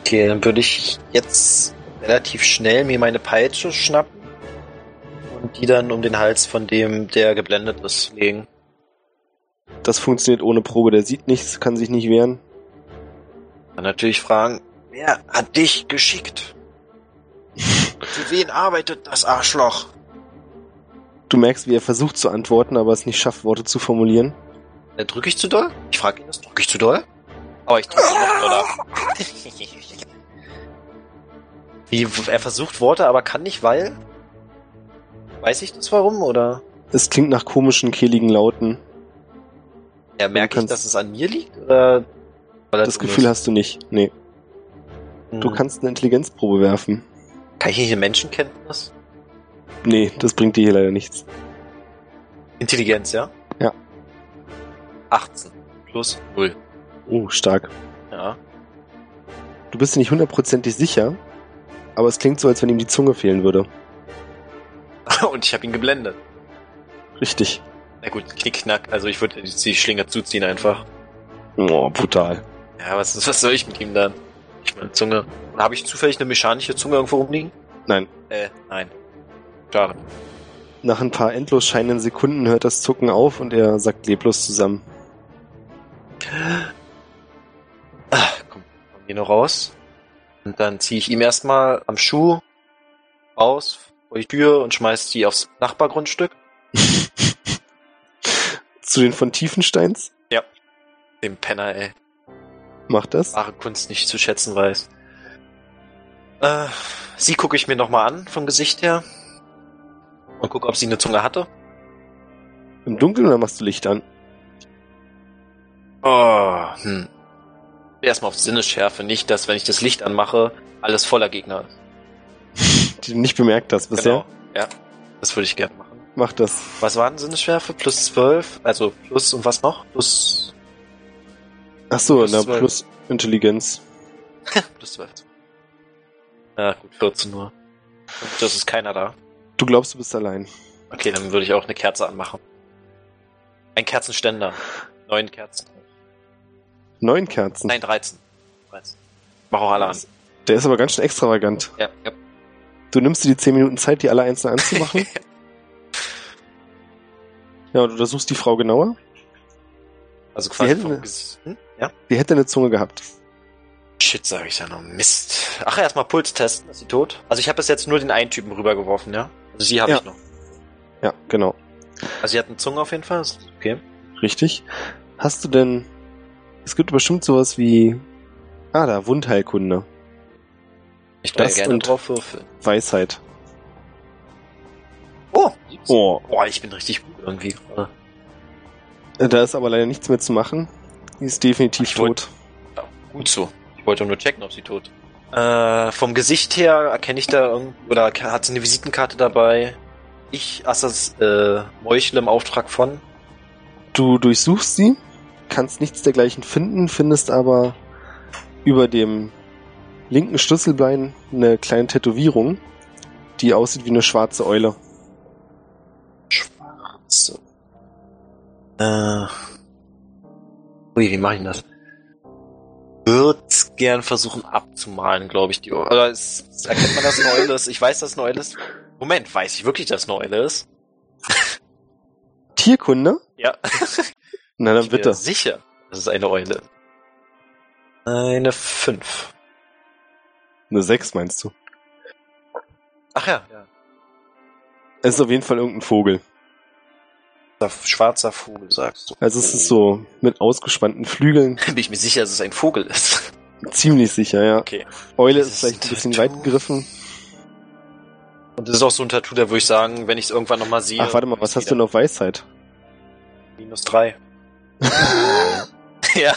Speaker 3: Okay, dann würde ich jetzt relativ schnell mir meine Peitsche schnappen und die dann um den Hals von dem, der geblendet ist, legen.
Speaker 2: Das funktioniert ohne Probe, der sieht nichts, kann sich nicht wehren.
Speaker 3: Dann natürlich fragen, wer hat dich geschickt? Für wen arbeitet das Arschloch?
Speaker 2: Du merkst, wie er versucht zu antworten, aber es nicht schafft, Worte zu formulieren.
Speaker 3: Äh, drücke ich zu doll? Ich frage ihn das, drücke ich zu doll? Aber ich drücke noch doller. Wie, w- er versucht Worte, aber kann nicht, weil? Weiß ich das warum, oder?
Speaker 2: Es klingt nach komischen, kehligen Lauten.
Speaker 3: Ja, merke ich,
Speaker 2: kannst-
Speaker 3: dass es an mir liegt, oder? Weil er
Speaker 2: Das
Speaker 3: dumm
Speaker 2: Gefühl
Speaker 3: ist?
Speaker 2: hast du nicht. Nee. Du
Speaker 3: Hm.
Speaker 2: kannst eine Intelligenzprobe werfen.
Speaker 3: Kann ich nicht in Menschenkenntnis?
Speaker 2: Nee, das bringt dir hier leider nichts.
Speaker 3: Intelligenz, ja?
Speaker 2: Ja.
Speaker 3: 18 plus 0.
Speaker 2: Oh, stark.
Speaker 3: Ja.
Speaker 2: Du bist dir nicht hundertprozentig sicher, aber es klingt so, als wenn ihm die Zunge fehlen würde.
Speaker 3: Und ich habe ihn geblendet.
Speaker 2: Richtig.
Speaker 3: Na gut, knickknack. Also ich würde die Schlinge zuziehen einfach.
Speaker 2: Oh, brutal.
Speaker 3: Ja, was, was soll ich mit ihm dann? Ich meine, Zunge. Habe ich zufällig eine mechanische Zunge irgendwo rumliegen?
Speaker 2: Nein.
Speaker 3: Äh, nein. Schade.
Speaker 2: Nach ein paar endlos scheinenden Sekunden hört das Zucken auf und er sackt leblos zusammen.
Speaker 3: Ah, komm, komm hier noch raus. Und dann ziehe ich ihm erstmal am Schuh raus vor die Tür und schmeiß die aufs Nachbargrundstück.
Speaker 2: Zu den von Tiefensteins?
Speaker 3: Dem Penner, ey.
Speaker 2: Macht das?
Speaker 3: Wahre Kunst nicht zu schätzen weiß. Äh, Sie gucke ich mir nochmal an, vom Gesicht her. Und gucke, ob sie eine Zunge hatte.
Speaker 2: Im Dunkeln oder machst du Licht an?
Speaker 3: Oh, hm. Erstmal auf Sinnesschärfe, nicht, dass, wenn ich das Licht anmache, alles voller Gegner ist.
Speaker 2: Die du nicht bemerkt hast bisher.
Speaker 3: Ja, das würde ich gerne machen.
Speaker 2: Mach das.
Speaker 3: Was war denn Sinnesschärfe? Plus 12? Also plus und was noch? Plus,
Speaker 2: Ach so,
Speaker 3: Plus
Speaker 2: na,
Speaker 3: zwölf.
Speaker 2: plus Intelligenz.
Speaker 3: plus 12. Ja, gut, 14 Uhr. Und das ist keiner da.
Speaker 2: Du glaubst, du bist allein.
Speaker 3: Okay, dann würde ich auch eine Kerze anmachen. Ein Kerzenständer. Neun Kerzen.
Speaker 2: Neun Kerzen.
Speaker 3: Nein, 13. 13. Mach auch alle an.
Speaker 2: Der ist aber ganz schön extravagant.
Speaker 3: Ja, ja.
Speaker 2: Du nimmst dir die zehn Minuten Zeit, die alle einzeln anzumachen. ja, und untersuchst die Frau genauer.
Speaker 3: Also
Speaker 2: Die
Speaker 3: quasi
Speaker 2: hätten
Speaker 3: vom
Speaker 2: eine-
Speaker 3: Ges hm? Ja?
Speaker 2: Die hätte eine Zunge gehabt.
Speaker 3: Shit, sage ich ja noch. Mist. Ach, erstmal Puls testen. Ist sie tot? Also ich habe bis jetzt nur den einen Typen rübergeworfen, ja? Also sie habe
Speaker 2: Ja.
Speaker 3: ich noch.
Speaker 2: Ja, genau.
Speaker 3: Also sie hat eine Zunge auf jeden Fall. ist Okay.
Speaker 2: Richtig. Hast du denn. Es gibt bestimmt sowas wie. Ah, da, Wundheilkunde.
Speaker 3: Ich da
Speaker 2: Das
Speaker 3: gerne
Speaker 2: und-
Speaker 3: drauf würfeln.
Speaker 2: Weisheit.
Speaker 3: Oh, oh.
Speaker 2: Oh,
Speaker 3: Boah, ich bin richtig gut irgendwie. gerade.
Speaker 2: Äh, da ist aber leider nichts mehr zu machen. Die ist definitiv
Speaker 3: Ich wollt-
Speaker 2: tot.
Speaker 3: Gut so. Ich wollte nur checken, ob sie tot ist. äh, Vom Gesicht her erkenne ich da irgend oder hat sie eine Visitenkarte dabei? Ich Assas äh, Meuchle im Auftrag von.
Speaker 2: Du durchsuchst sie, kannst nichts dergleichen finden, findest aber über dem linken Schlüsselbein eine kleine Tätowierung, die aussieht wie eine schwarze Eule.
Speaker 3: So. Äh. Ui, wie mache ich denn das? Würd's gern versuchen abzumalen, glaube ich, die Eule. Oder ist, erkennt man, dass es eine Eule ist? Ich weiß, dass es eine Eule ist. Moment, weiß ich wirklich, dass es eine Eule ist?
Speaker 2: Tierkunde?
Speaker 3: Ja.
Speaker 2: Na dann
Speaker 3: Ich bin
Speaker 2: bitte.
Speaker 3: sicher, das ist eine Eule. Eine 5.
Speaker 2: Eine 6 meinst du?
Speaker 3: Ach ja. ja.
Speaker 2: Es ist auf jeden Fall irgendein Vogel.
Speaker 3: Der Schwarzer Vogel, sagst du.
Speaker 2: Also es ist so mit ausgespannten Flügeln.
Speaker 3: Bin ich mir sicher, dass es ein Vogel ist.
Speaker 2: Ziemlich sicher, ja.
Speaker 3: Okay.
Speaker 2: Eule
Speaker 3: Das
Speaker 2: ist
Speaker 3: ist
Speaker 2: vielleicht
Speaker 3: ein
Speaker 2: ein bisschen
Speaker 3: Tattoo.
Speaker 2: weit gegriffen.
Speaker 3: Und das ist auch so ein Tattoo, da würde ich sagen, wenn ich es irgendwann nochmal sehe.
Speaker 2: Ach, warte mal, was hast du denn auf Weisheit?
Speaker 3: Minus drei. ja.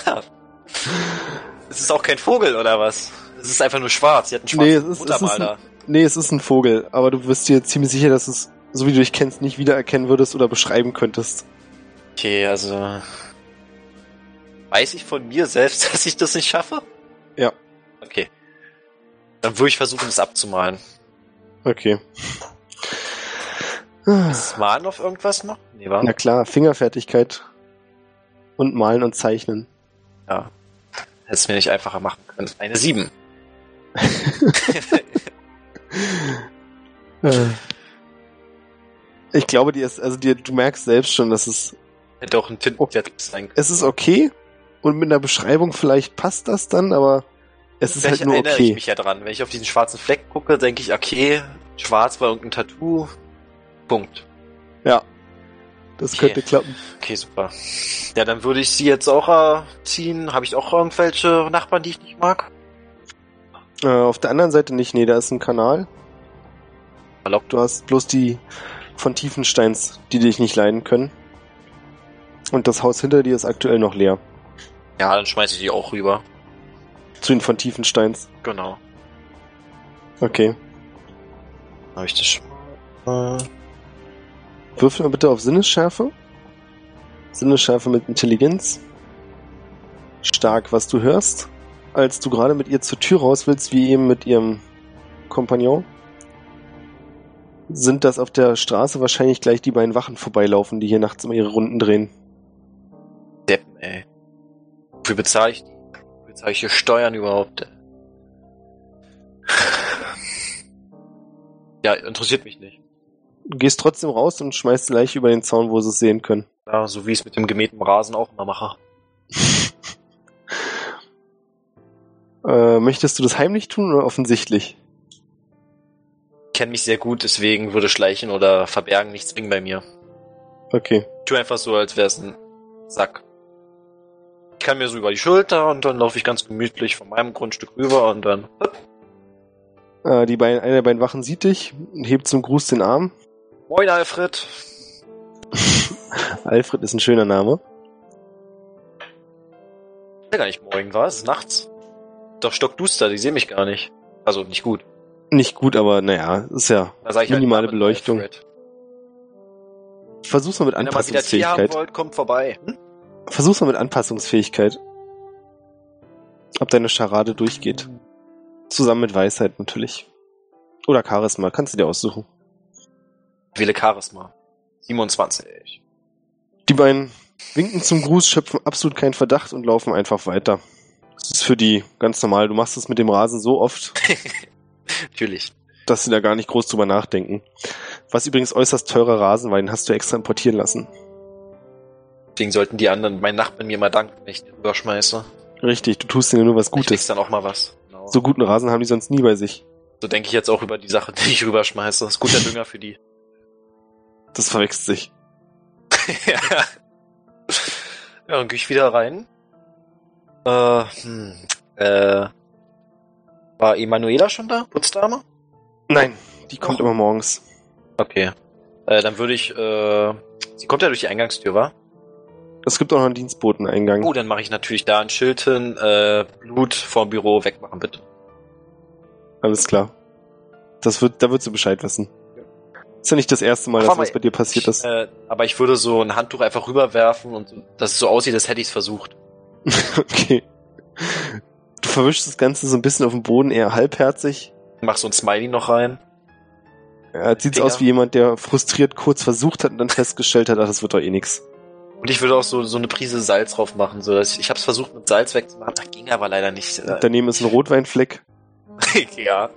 Speaker 3: Es ist auch kein Vogel, oder was? Es ist einfach nur schwarz. Sie hat einen
Speaker 2: Nee,
Speaker 3: schwarzen
Speaker 2: es ist- es
Speaker 3: Muttermal
Speaker 2: ist ein-
Speaker 3: da.
Speaker 2: Nee, es ist ein Vogel, aber du bist dir ziemlich sicher, dass es, so wie du dich kennst, nicht wiedererkennen würdest oder beschreiben könntest.
Speaker 3: Okay, also. Weiß ich von mir selbst, dass ich das nicht schaffe?
Speaker 2: Ja.
Speaker 3: Okay. Dann würde ich versuchen, es abzumalen.
Speaker 2: Okay. Ah,
Speaker 3: Ist Malen auf irgendwas noch? Nee, war?
Speaker 2: Na klar, Fingerfertigkeit und Malen und Zeichnen.
Speaker 3: Ja. Hättest mir nicht einfacher machen können. Eine 7. Äh.
Speaker 2: Ich glaube, dir ist, also dir, du merkst selbst schon, dass es,
Speaker 3: Hätte auch ein Tintenklecks sein können.
Speaker 2: es ist okay und mit einer Beschreibung vielleicht passt das dann, aber es ist
Speaker 3: Vielleicht
Speaker 2: halt nur
Speaker 3: erinnere ich
Speaker 2: okay.
Speaker 3: mich ja dran. Wenn ich auf diesen schwarzen Fleck gucke, denke ich, okay, schwarz war irgendein Tattoo. Punkt.
Speaker 2: Das
Speaker 3: Okay.
Speaker 2: könnte klappen.
Speaker 3: Okay, super. Ja, dann würde ich sie jetzt auch äh, ziehen. Habe ich auch irgendwelche Nachbarn, die ich nicht mag?
Speaker 2: Äh, auf der anderen Seite nicht, nee, da ist ein Kanal.
Speaker 3: Erlaubt.
Speaker 2: Du hast bloß die von Tiefensteins, die dich nicht leiden können. Und das Haus hinter dir ist aktuell noch leer.
Speaker 3: Ja, dann schmeiße ich die auch rüber.
Speaker 2: Zu den von Tiefensteins.
Speaker 3: Genau.
Speaker 2: Okay.
Speaker 3: Habe ich das schon mal. Äh,
Speaker 2: Würfel mal bitte auf Sinnesschärfe. Sinnesschärfe mit Intelligenz. Stark, was du hörst, als du gerade mit ihr zur Tür raus willst, wie eben mit ihrem Kompagnon. Sind das auf der Straße wahrscheinlich gleich die beiden Wachen vorbeilaufen, die hier nachts immer ihre Runden drehen?
Speaker 3: Deppen, ey. Wofür bezahle ich die? Wofür bezahle ich hier Steuern überhaupt? Ja, interessiert mich nicht.
Speaker 2: Du gehst trotzdem raus und schmeißt die Leiche über den Zaun, wo sie es sehen können.
Speaker 3: Ja, so wie ich es mit dem gemähten Rasen auch immer mache.
Speaker 2: Äh, möchtest du das heimlich tun oder offensichtlich?
Speaker 3: Ich kenne mich sehr gut, deswegen würde Schleichen oder Verbergen nichts bringen bei mir.
Speaker 2: Okay.
Speaker 3: Ich tue einfach so, als wäre es ein Sack. Ich kann mir so über die Schulter und dann laufe ich ganz gemütlich von meinem Grundstück rüber und dann.
Speaker 2: Äh, die beiden, einer der beiden Wachen sieht dich und hebt zum Gruß den Arm.
Speaker 3: Moin, Alfred.
Speaker 2: Alfred ist ein schöner Name.
Speaker 3: Ist ja gar nicht morgen, war es? Ist nachts? Doch stockduster, die sehen mich gar nicht. Also nicht gut.
Speaker 2: Nicht gut, aber naja, ist ja.
Speaker 3: Da sag ich
Speaker 2: Minimale
Speaker 3: Namen,
Speaker 2: Beleuchtung.
Speaker 3: Alfred.
Speaker 2: Versuch's mal mit
Speaker 3: Wenn ihr mal wieder Tee haben
Speaker 2: Anpassungsfähigkeit.
Speaker 3: wollt, kommt vorbei. Hm?
Speaker 2: Versuch's mal mit Anpassungsfähigkeit. Ob deine Scharade durchgeht. Zusammen mit Weisheit natürlich. Oder Charisma, kannst du dir aussuchen.
Speaker 3: Ich wähle Charisma. 27.
Speaker 2: Die beiden winken zum Gruß, schöpfen absolut keinen Verdacht und laufen einfach weiter. Das ist für die ganz normal. Du machst es mit dem Rasen so oft,
Speaker 3: Natürlich.
Speaker 2: dass sie da gar nicht groß drüber nachdenken. Was übrigens äußerst teurer Rasen war, den hast du extra importieren lassen.
Speaker 3: Deswegen sollten die anderen, mein Nachbarn mir mal danken, wenn ich den überschmeiße.
Speaker 2: Richtig, du tust denen nur was
Speaker 3: Gut
Speaker 2: Gutes.
Speaker 3: ist dann auch mal was. Genau.
Speaker 2: So guten Rasen haben die sonst nie bei sich.
Speaker 3: So denke ich jetzt auch über die Sache, die ich rüberschmeiße. Ist guter Dünger für die.
Speaker 2: Das verwechselt sich.
Speaker 3: ja, dann gehe ich wieder rein. Äh, hm, äh, war Emanuela schon da? Putzdame?
Speaker 2: Nein, die kommt
Speaker 3: Och.
Speaker 2: immer morgens.
Speaker 3: Okay. Äh, dann würde ich, äh, sie kommt ja durch die Eingangstür, wa?
Speaker 2: Es gibt auch noch einen Dienstboteneingang.
Speaker 3: Oh, dann mache ich natürlich da ein Schild hin, äh, Blut vom Büro wegmachen, bitte.
Speaker 2: Alles klar. Das wird, da wird sie Bescheid wissen. Ist ja nicht das erste Mal,
Speaker 3: Ach,
Speaker 2: dass
Speaker 3: warte
Speaker 2: was
Speaker 3: mal,
Speaker 2: bei dir passiert ist.
Speaker 3: Äh, aber ich würde so ein Handtuch einfach rüberwerfen und so, dass es so aussieht, als hätte ich es versucht. äh,
Speaker 2: Okay. Du verwischst das Ganze so ein bisschen auf dem Boden, eher halbherzig.
Speaker 3: Mach so ein Smiley noch rein.
Speaker 2: Ja, jetzt sieht's
Speaker 3: Finger.
Speaker 2: aus wie jemand, der frustriert kurz versucht hat und dann festgestellt hat, ach, das wird doch eh nix.
Speaker 3: Und ich würde auch so, so eine Prise Salz drauf machen, so dass ich, ich hab's versucht mit Salz wegzumachen, das ging aber leider nicht. Äh,
Speaker 2: Daneben ist ein Rotweinfleck.
Speaker 3: ja.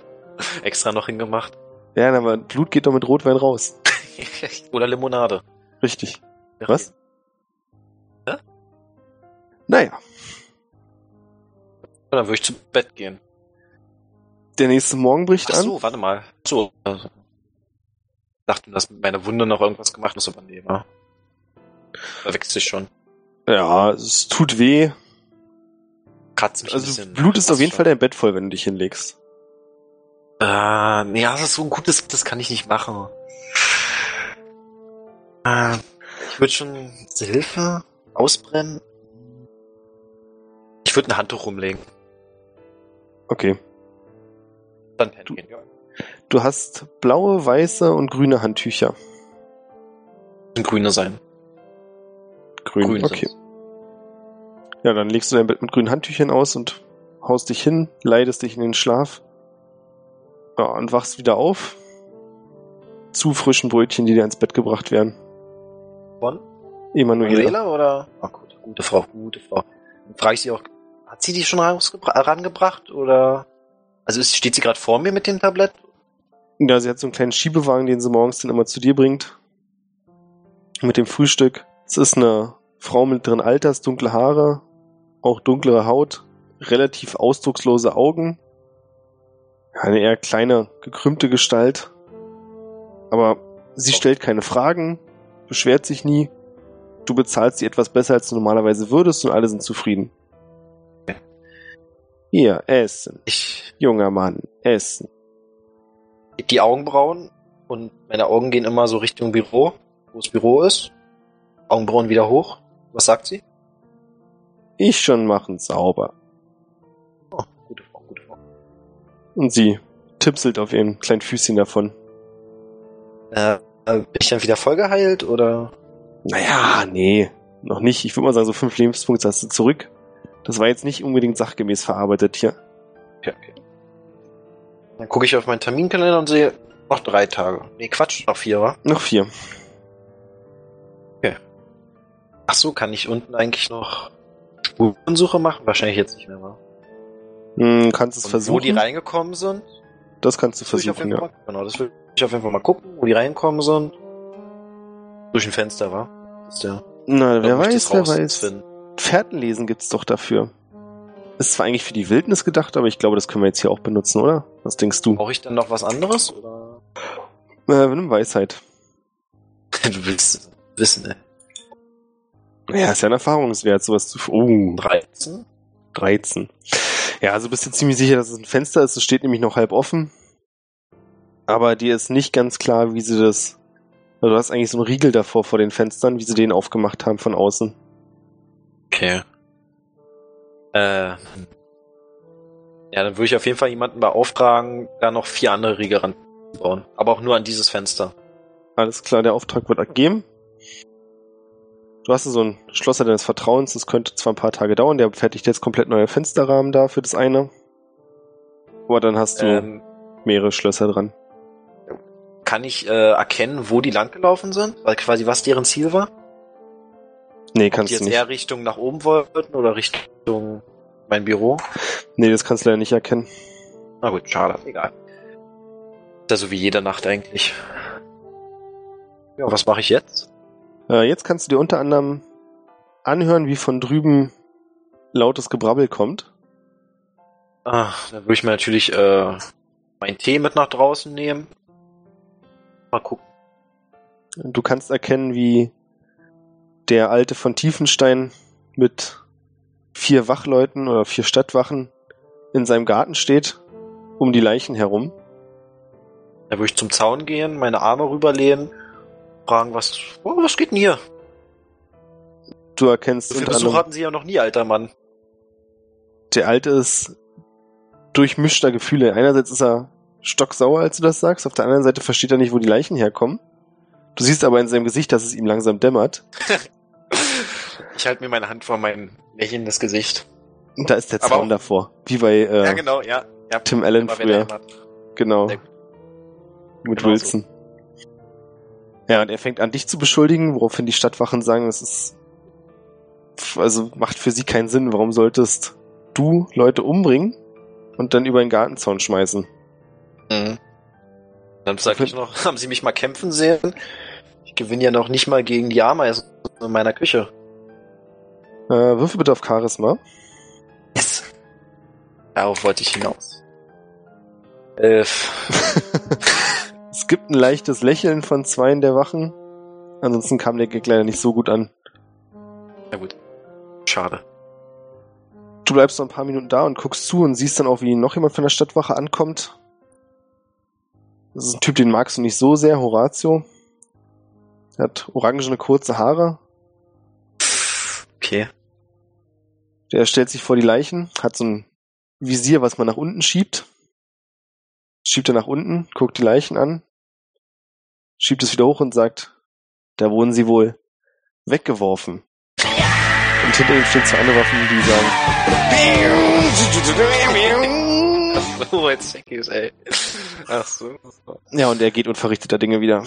Speaker 3: Extra noch hingemacht.
Speaker 2: Ja, aber Blut geht doch mit Rotwein raus.
Speaker 3: Oder Limonade.
Speaker 2: Richtig. Was?
Speaker 3: Hä?
Speaker 2: Naja,
Speaker 3: Und dann würde ich zu Bett gehen.
Speaker 2: der nächste Morgen bricht
Speaker 3: Ach
Speaker 2: an.
Speaker 3: so, warte mal. So. also. Ich dachte, dass mit meiner Wunde noch irgendwas gemacht ist, aber nee, war. Verwechselt sich schon.
Speaker 2: Ja, es tut weh.
Speaker 3: Kratzt mich ein
Speaker 2: Also
Speaker 3: bisschen.
Speaker 2: Blut ist auf jeden Fall
Speaker 3: Schon.
Speaker 2: dein Bett voll, wenn du dich hinlegst.
Speaker 3: Ah, nee, ja, das ist so ein gutes, das kann ich nicht machen. Ah, ich würde schon Hilfe ausbrennen. Ich würde ein Handtuch rumlegen.
Speaker 2: Okay.
Speaker 3: Dann pennen gehen. Ja.
Speaker 2: Du hast blaue, weiße und grüne Handtücher.
Speaker 3: Müssen Grüne sein.
Speaker 2: Grün,
Speaker 3: Grün
Speaker 2: okay.
Speaker 3: sind's.
Speaker 2: Ja, dann legst du dein Bett mit grünen Handtüchern aus und haust dich hin, leidest dich in den Schlaf. Ja, und wachst wieder auf. Zu frischen Brötchen, die dir ins Bett gebracht werden.
Speaker 3: Von?
Speaker 2: Emanuela.
Speaker 3: Manuela oder? Ah, gut, gute Frau, gute Frau. Dann frage ich sie auch, hat sie die schon rausgebra- herangebracht oder? Also ist, steht sie gerade vor mir mit dem Tablett?
Speaker 2: Ja, sie hat so einen kleinen Schiebewagen, den sie morgens dann immer zu dir bringt. Mit dem Frühstück. Es ist eine Frau mittleren Alters, dunkle Haare, auch dunklere Haut, relativ ausdruckslose Augen. Eine eher kleine, gekrümmte Gestalt. Aber sie stellt keine Fragen, beschwert sich nie. Du bezahlst sie etwas besser, als du normalerweise würdest und alle sind zufrieden. Hier, essen.
Speaker 3: Ich
Speaker 2: Junger Mann, essen.
Speaker 3: heb die Augenbrauen und meine Augen gehen immer so Richtung Büro, wo das Büro ist. Augenbrauen wieder hoch. Was sagt sie?
Speaker 2: Ich schon machen sauber.
Speaker 3: Oh, gute Frau, gute Frau.
Speaker 2: Und sie tipselt auf ihren kleinen Füßchen davon.
Speaker 3: Äh, äh, bin ich dann wieder vollgeheilt oder?
Speaker 2: Naja, nee, noch nicht. Ich würde mal sagen, so fünf Lebenspunkte hast du zurück. Das war jetzt nicht unbedingt sachgemäß verarbeitet hier.
Speaker 3: Okay, okay. Dann gucke ich auf meinen Terminkalender und sehe, noch drei Tage. Nee, Quatsch, noch vier, wa?
Speaker 2: Noch vier.
Speaker 3: Ach so, kann ich unten eigentlich noch Spurensuche machen? Wahrscheinlich jetzt nicht mehr, wa?
Speaker 2: Hm, kannst es
Speaker 3: Und
Speaker 2: versuchen.
Speaker 3: Wo die reingekommen sind,
Speaker 2: das kannst du
Speaker 3: das will ich auf
Speaker 2: versuchen,
Speaker 3: jeden
Speaker 2: ja.
Speaker 3: Fall mal, genau, das will ich auf jeden Fall mal gucken, wo die reingekommen sind. Durch ein Fenster, wa? Das ist ja,
Speaker 2: Na, wer
Speaker 3: glaub ich, das
Speaker 2: weiß, wer
Speaker 3: Haus
Speaker 2: weiß.
Speaker 3: finden.
Speaker 2: Pferdenlesen gibt's doch dafür. Ist zwar eigentlich für die Wildnis gedacht, aber ich glaube, das können wir jetzt hier auch benutzen, oder? Was denkst du?
Speaker 3: Brauche ich dann noch was anderes? Oder? Oh.
Speaker 2: Äh, nimm Weisheit.
Speaker 3: Du willst es wissen,
Speaker 2: ne?
Speaker 3: ey.
Speaker 2: Ja, ist ja ein Erfahrungswert, sowas zu. Oh,
Speaker 3: 13?
Speaker 2: 13. Ja, also bist du ziemlich sicher, dass es ein Fenster ist. Es steht nämlich noch halb offen. Aber dir ist nicht ganz klar, wie sie das. Also du hast eigentlich so einen Riegel davor vor den Fenstern, wie sie den aufgemacht haben von außen.
Speaker 3: Okay. Äh. Ja, dann würde ich auf jeden Fall jemanden beauftragen, da noch vier andere Riegel ranzubauen. Aber auch nur an dieses Fenster.
Speaker 2: Alles klar, der Auftrag wird ergeben. Du hast ja so einen Schlosser deines Vertrauens, das könnte zwar ein paar Tage dauern, der fertigt jetzt komplett neue Fensterrahmen da für das eine. Aber dann hast du
Speaker 3: Ähm,
Speaker 2: mehrere Schlösser dran.
Speaker 3: kann ich äh, erkennen, wo die langgelaufen sind? Also quasi, was deren Ziel war?
Speaker 2: Nee,
Speaker 3: Ob die
Speaker 2: kannst
Speaker 3: jetzt
Speaker 2: du nicht.
Speaker 3: eher Richtung nach oben wollten oder Richtung mein Büro?
Speaker 2: Nee, das kannst du leider nicht erkennen.
Speaker 3: Na gut, schade, egal. Ist ja so wie jede Nacht eigentlich. Ja, was mache ich jetzt?
Speaker 2: Äh, jetzt kannst du dir unter anderem anhören, wie von drüben lautes Gebrabbel kommt.
Speaker 3: Ah, dann würde ich mir natürlich äh, meinen Tee mit nach draußen nehmen. Mal gucken.
Speaker 2: Du kannst erkennen, wie der Alte von Tiefenstein mit vier Wachleuten oder vier Stadtwachen in seinem Garten steht, um die Leichen herum.
Speaker 3: Dann würde ich zum Zaun gehen, meine Arme rüberlehnen, fragen, was, oh, was geht denn hier?
Speaker 2: Du erkennst
Speaker 3: So viel
Speaker 2: unter
Speaker 3: Besuch
Speaker 2: anderem,
Speaker 3: hatten sie ja noch nie, alter Mann.
Speaker 2: der Alte ist durchmischter Gefühle. Einerseits ist er stocksauer, als du das sagst, auf der anderen Seite versteht er nicht, wo die Leichen herkommen. Du siehst aber in seinem Gesicht, dass es ihm langsam dämmert.
Speaker 3: Ich halte mir meine Hand vor mein lächelndes Gesicht.
Speaker 2: Und da ist der
Speaker 3: Aber
Speaker 2: Zaun
Speaker 3: auch-
Speaker 2: davor. Wie bei äh,
Speaker 3: Ja, genau, ja. ja.
Speaker 2: Tim Allen
Speaker 3: Aber wenn er
Speaker 2: früher.
Speaker 3: immer-
Speaker 2: Genau.
Speaker 3: Sehr
Speaker 2: Mit
Speaker 3: Genau
Speaker 2: Wilson. Ja, und er fängt an, dich zu beschuldigen, woraufhin die Stadtwachen sagen, das ist. Also macht für sie keinen Sinn. Warum solltest du Leute umbringen und dann über den Gartenzaun schmeißen?
Speaker 3: Mhm. Dann sag ich noch, haben sie mich mal kämpfen sehen? Ich gewinne ja noch nicht mal gegen die Ameisen in meiner Küche.
Speaker 2: Äh, würfel bitte auf Charisma.
Speaker 3: Yes. Darauf wollte ich hinaus. Äh,
Speaker 2: Es gibt ein leichtes Lächeln von zweien der Wachen. Ansonsten kam der Gag leider nicht so gut an.
Speaker 3: na gut. Schade.
Speaker 2: Du bleibst noch ein paar Minuten da und guckst zu und siehst dann auch, wie noch jemand von der Stadtwache ankommt. Das ist ein Typ, den magst du nicht so sehr, Horatio. Er hat orangene kurze Haare.
Speaker 3: Okay.
Speaker 2: Der stellt sich vor die Leichen, hat so ein Visier, was man nach unten schiebt. Schiebt er nach unten, guckt die Leichen an, schiebt es wieder hoch und sagt, da wurden sie wohl weggeworfen. Und hinter ihm stehen zwei andere Waffen, die sagen,
Speaker 3: Oh, jetzt weg ist, ey. Ach so.
Speaker 2: ja, und er geht unverrichteter Dinge wieder.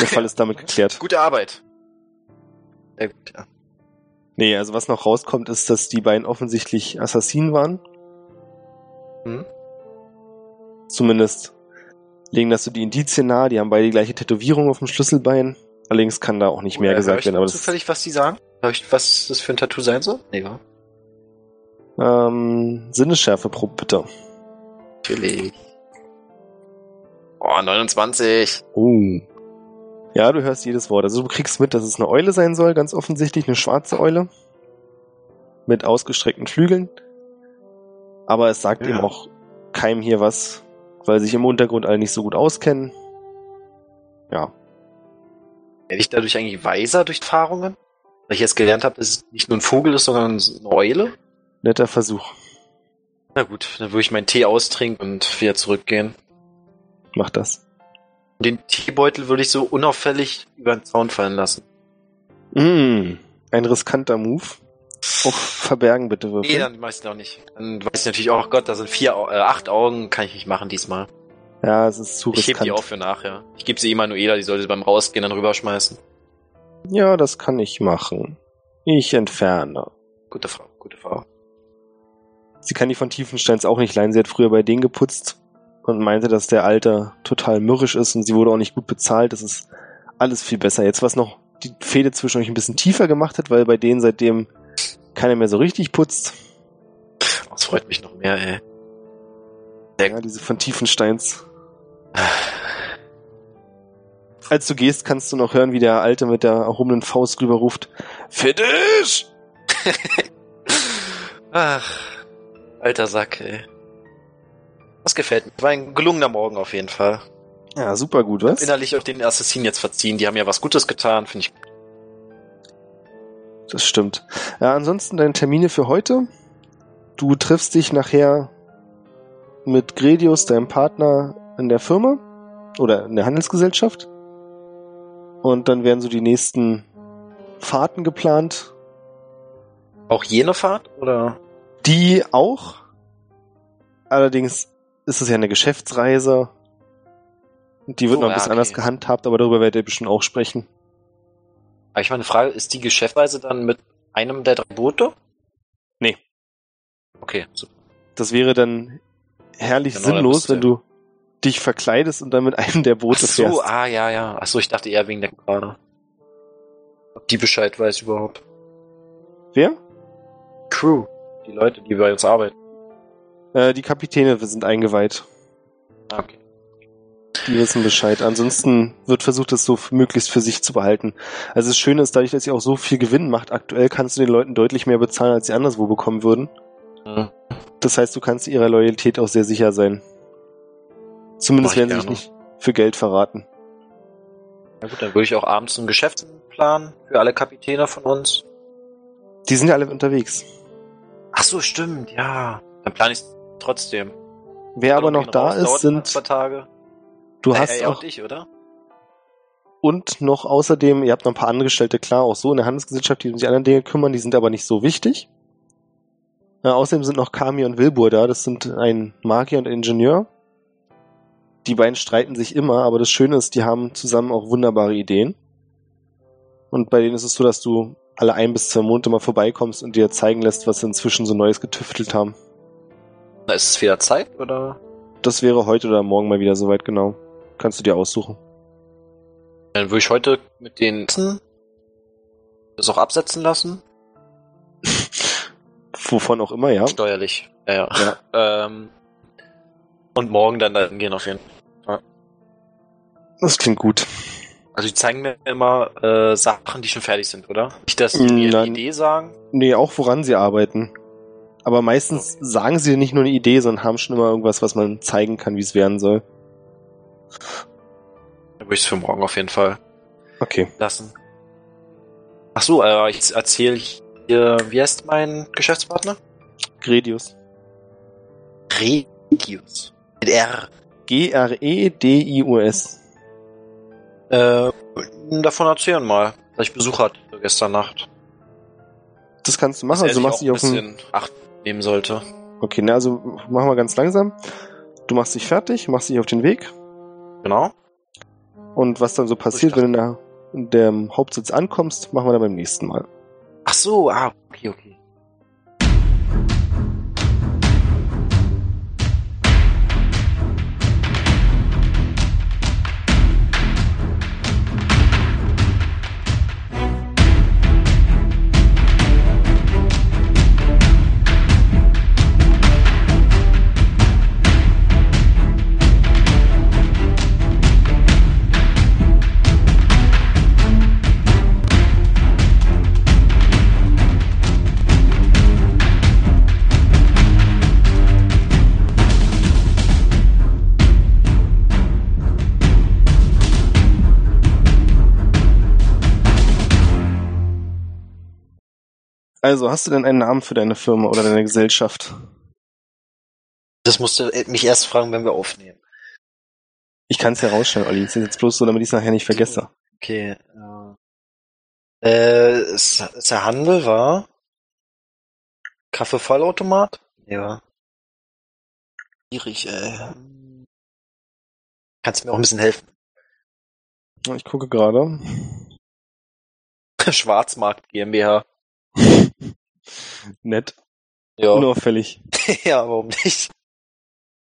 Speaker 2: Der Fall ist damit geklärt.
Speaker 3: Gute Arbeit. Sehr gut, ja.
Speaker 2: Nee, also was noch rauskommt, ist, dass die beiden offensichtlich Assassinen waren.
Speaker 3: Mhm.
Speaker 2: Zumindest legen das so die Indizien nahe. Die haben beide die gleiche Tätowierung auf dem Schlüsselbein. Allerdings kann da auch nicht mehr
Speaker 3: Äh, hör
Speaker 2: gesagt
Speaker 3: ich
Speaker 2: werden. Aber das,
Speaker 3: zufällig, was die sagen? Hör ich, was das für ein Tattoo sein soll? Nee, wa?
Speaker 2: ähm, Sinnesschärfeprobe bitte.
Speaker 3: Natürlich. Oh, 29.
Speaker 2: Oh. Ja, du hörst jedes Wort. Also du kriegst mit, dass es eine Eule sein soll, ganz offensichtlich eine schwarze Eule mit ausgestreckten Flügeln. Aber es sagt
Speaker 3: Ja.
Speaker 2: eben auch keinem hier was, weil sich im Untergrund alle nicht so gut auskennen. Ja,
Speaker 3: Werde ich dadurch eigentlich weiser durch Erfahrungen? Weil ich jetzt gelernt habe, dass es nicht nur ein Vogel ist, sondern eine Eule?
Speaker 2: netter Versuch.
Speaker 3: Na gut, dann würde ich meinen Tee austrinken und wieder zurückgehen.
Speaker 2: Mach das.
Speaker 3: Den Teebeutel würde ich so unauffällig über den Zaun fallen lassen.
Speaker 2: Mm, ein riskanter Move. Auf Verbergen bitte
Speaker 3: Nee,
Speaker 2: würfeln.
Speaker 3: dann weiß ich noch nicht. Dann weiß ich natürlich auch, oh Gott, da sind vier, Au- äh, acht Augen, kann ich nicht machen diesmal.
Speaker 2: Ja, es ist zu
Speaker 3: Ich heb die
Speaker 2: riskant.
Speaker 3: auf für nachher. Ich gebe sie eh Manuela, die sollte sie beim Rausgehen dann rüberschmeißen.
Speaker 2: Ja, das kann ich machen. Ich entferne.
Speaker 3: Gute Frau, gute Frau.
Speaker 2: Sie kann die von Tiefensteins auch nicht leihen. Sie hat früher bei denen geputzt und meinte, dass der Alter total mürrisch ist und sie wurde auch nicht gut bezahlt. Das ist alles viel besser. Jetzt, was noch die Fehde zwischen euch ein bisschen tiefer gemacht hat, weil bei denen seitdem keiner mehr so richtig putzt.
Speaker 3: Das freut mich noch mehr, ey.
Speaker 2: Ja, diese von Tiefensteins. Als du gehst, kannst du noch hören, wie der Alte mit der erhobenen Faust rüber ruft. Finish!
Speaker 3: Ach, alter Sack, ey. Das gefällt mir. War ein gelungener Morgen auf jeden Fall.
Speaker 2: Ja, super gut, was?
Speaker 3: Innerlich auch den Assassinen jetzt verziehen. Die haben ja was Gutes getan, finde ich.
Speaker 2: Das stimmt. Ja, ansonsten deine Termine für heute. Du triffst dich nachher mit Gredius, deinem Partner in der Firma oder in der Handelsgesellschaft. Und dann werden so die nächsten Fahrten geplant.
Speaker 3: Auch jene Fahrt oder?
Speaker 2: Die auch. Allerdings ist es ja eine Geschäftsreise. Und Die wird
Speaker 3: Oh,
Speaker 2: noch ein
Speaker 3: ja,
Speaker 2: bisschen
Speaker 3: okay.
Speaker 2: anders gehandhabt, aber darüber werdet ihr bestimmt auch sprechen.
Speaker 3: Aber ich meine Frage, ist die Geschäftweise dann mit einem der drei Boote?
Speaker 2: Nee.
Speaker 3: Okay, super.
Speaker 2: Das wäre dann herrlich
Speaker 3: Genau, dann
Speaker 2: sinnlos,
Speaker 3: müsst ihr-
Speaker 2: wenn du dich verkleidest und dann mit einem der
Speaker 3: Ach
Speaker 2: Boote
Speaker 3: so,
Speaker 2: fährst.
Speaker 3: ah, ja, ja. Ach so, ich dachte eher wegen der Krone. Ob die Bescheid weiß überhaupt.
Speaker 2: Wer?
Speaker 3: Crew. Die Leute, die bei uns arbeiten.
Speaker 2: Äh, die Kapitäne sind eingeweiht.
Speaker 3: Ah, Okay.
Speaker 2: Die wissen Bescheid. Ansonsten wird versucht, das so f- möglichst für sich zu behalten. Also das Schöne ist, dadurch, dass ihr auch so viel Gewinn macht, aktuell kannst du den Leuten deutlich mehr bezahlen, als sie anderswo bekommen würden.
Speaker 3: Mhm.
Speaker 2: Das heißt, du kannst ihrer Loyalität auch sehr sicher sein. Zumindest
Speaker 3: Mach ich
Speaker 2: werden sie dich
Speaker 3: gerne.
Speaker 2: nicht für Geld verraten.
Speaker 3: Na gut, dann würde ich auch abends einen Geschäftsplan für alle Kapitäne von uns.
Speaker 2: Die sind ja alle unterwegs.
Speaker 3: Ach so, stimmt, ja. Dann plane ich trotzdem.
Speaker 2: Wer aber
Speaker 3: Oder
Speaker 2: noch
Speaker 3: gehen
Speaker 2: da
Speaker 3: raus, Genau, dauert
Speaker 2: ist,
Speaker 3: ein
Speaker 2: sind
Speaker 3: paar Tage.
Speaker 2: du
Speaker 3: Äh,
Speaker 2: hast
Speaker 3: er
Speaker 2: auch
Speaker 3: und ich, oder?
Speaker 2: und noch außerdem, ihr habt noch ein paar Angestellte, klar, auch so in der Handelsgesellschaft, die um die anderen Dinge kümmern, die sind aber nicht so wichtig. Äh, außerdem sind noch Kami und Wilbur da, das sind ein Magier und ein Ingenieur. Die beiden streiten sich immer, aber das Schöne ist, die haben zusammen auch wunderbare Ideen. Und bei denen ist es so, dass du alle ein bis zwei Monate mal vorbeikommst und dir zeigen lässt, was sie inzwischen so Neues getüftelt haben.
Speaker 3: Na, ist es wieder Zeit, oder?
Speaker 2: Das wäre heute oder morgen mal wieder soweit, genau. Kannst du dir aussuchen.
Speaker 3: Dann würde ich heute mit den Essen das auch absetzen lassen.
Speaker 2: Wovon auch immer, ja.
Speaker 3: Steuerlich. Ja, ja. ähm, und morgen dann dahin gehen auf jeden Fall.
Speaker 2: Das klingt gut.
Speaker 3: Also die zeigen mir immer äh, Sachen, die schon fertig sind, oder? Nicht, dass die mir eine
Speaker 2: Nein.
Speaker 3: Idee sagen.
Speaker 2: Nee, auch woran sie arbeiten. Aber meistens sagen sie dir nicht nur eine Idee, sondern haben schon immer irgendwas, was man zeigen kann, wie es werden soll.
Speaker 3: Dann würde ich es für morgen auf jeden Fall
Speaker 2: Okay.
Speaker 3: lassen. Ach so, äh, ich erzähle hier, wie heißt mein Geschäftspartner?
Speaker 2: Gredius.
Speaker 3: Regius. Mit
Speaker 2: E
Speaker 3: R.
Speaker 2: G-R-E-D-I-U-S.
Speaker 3: Äh, davon erzählen mal, dass ich Besuch hatte gestern Nacht.
Speaker 2: Das kannst du
Speaker 3: Dass
Speaker 2: machen.
Speaker 3: er
Speaker 2: Also
Speaker 3: sich
Speaker 2: du machst
Speaker 3: auch
Speaker 2: dich auf
Speaker 3: ein
Speaker 2: den.
Speaker 3: bisschen Acht nehmen sollte.
Speaker 2: Okay, na, also machen wir ganz langsam. Du machst dich fertig, machst dich auf den Weg.
Speaker 3: Genau.
Speaker 2: Und was dann so passiert,
Speaker 3: dachte-
Speaker 2: wenn du in der, in dem Hauptsitz ankommst, machen wir dann beim nächsten Mal.
Speaker 3: Ach so, ah, okay, okay.
Speaker 2: Also, hast du denn einen Namen für deine Firma oder deine Gesellschaft?
Speaker 3: Das musste äh, mich erst fragen, wenn wir aufnehmen.
Speaker 2: Ich kann es ja rausstellen, Olli. Das ist jetzt bloß so, damit ich es nachher nicht vergesse.
Speaker 3: Okay. Äh, äh, es- es- der Handel war Kaffeefallautomat? Ja. Schwierig, ey. Kannst du mir auch ein bisschen helfen?
Speaker 2: Ich gucke gerade.
Speaker 3: Schwarzmarkt GmbH.
Speaker 2: Nett.
Speaker 3: Ja.
Speaker 2: Unauffällig.
Speaker 3: ja, warum nicht?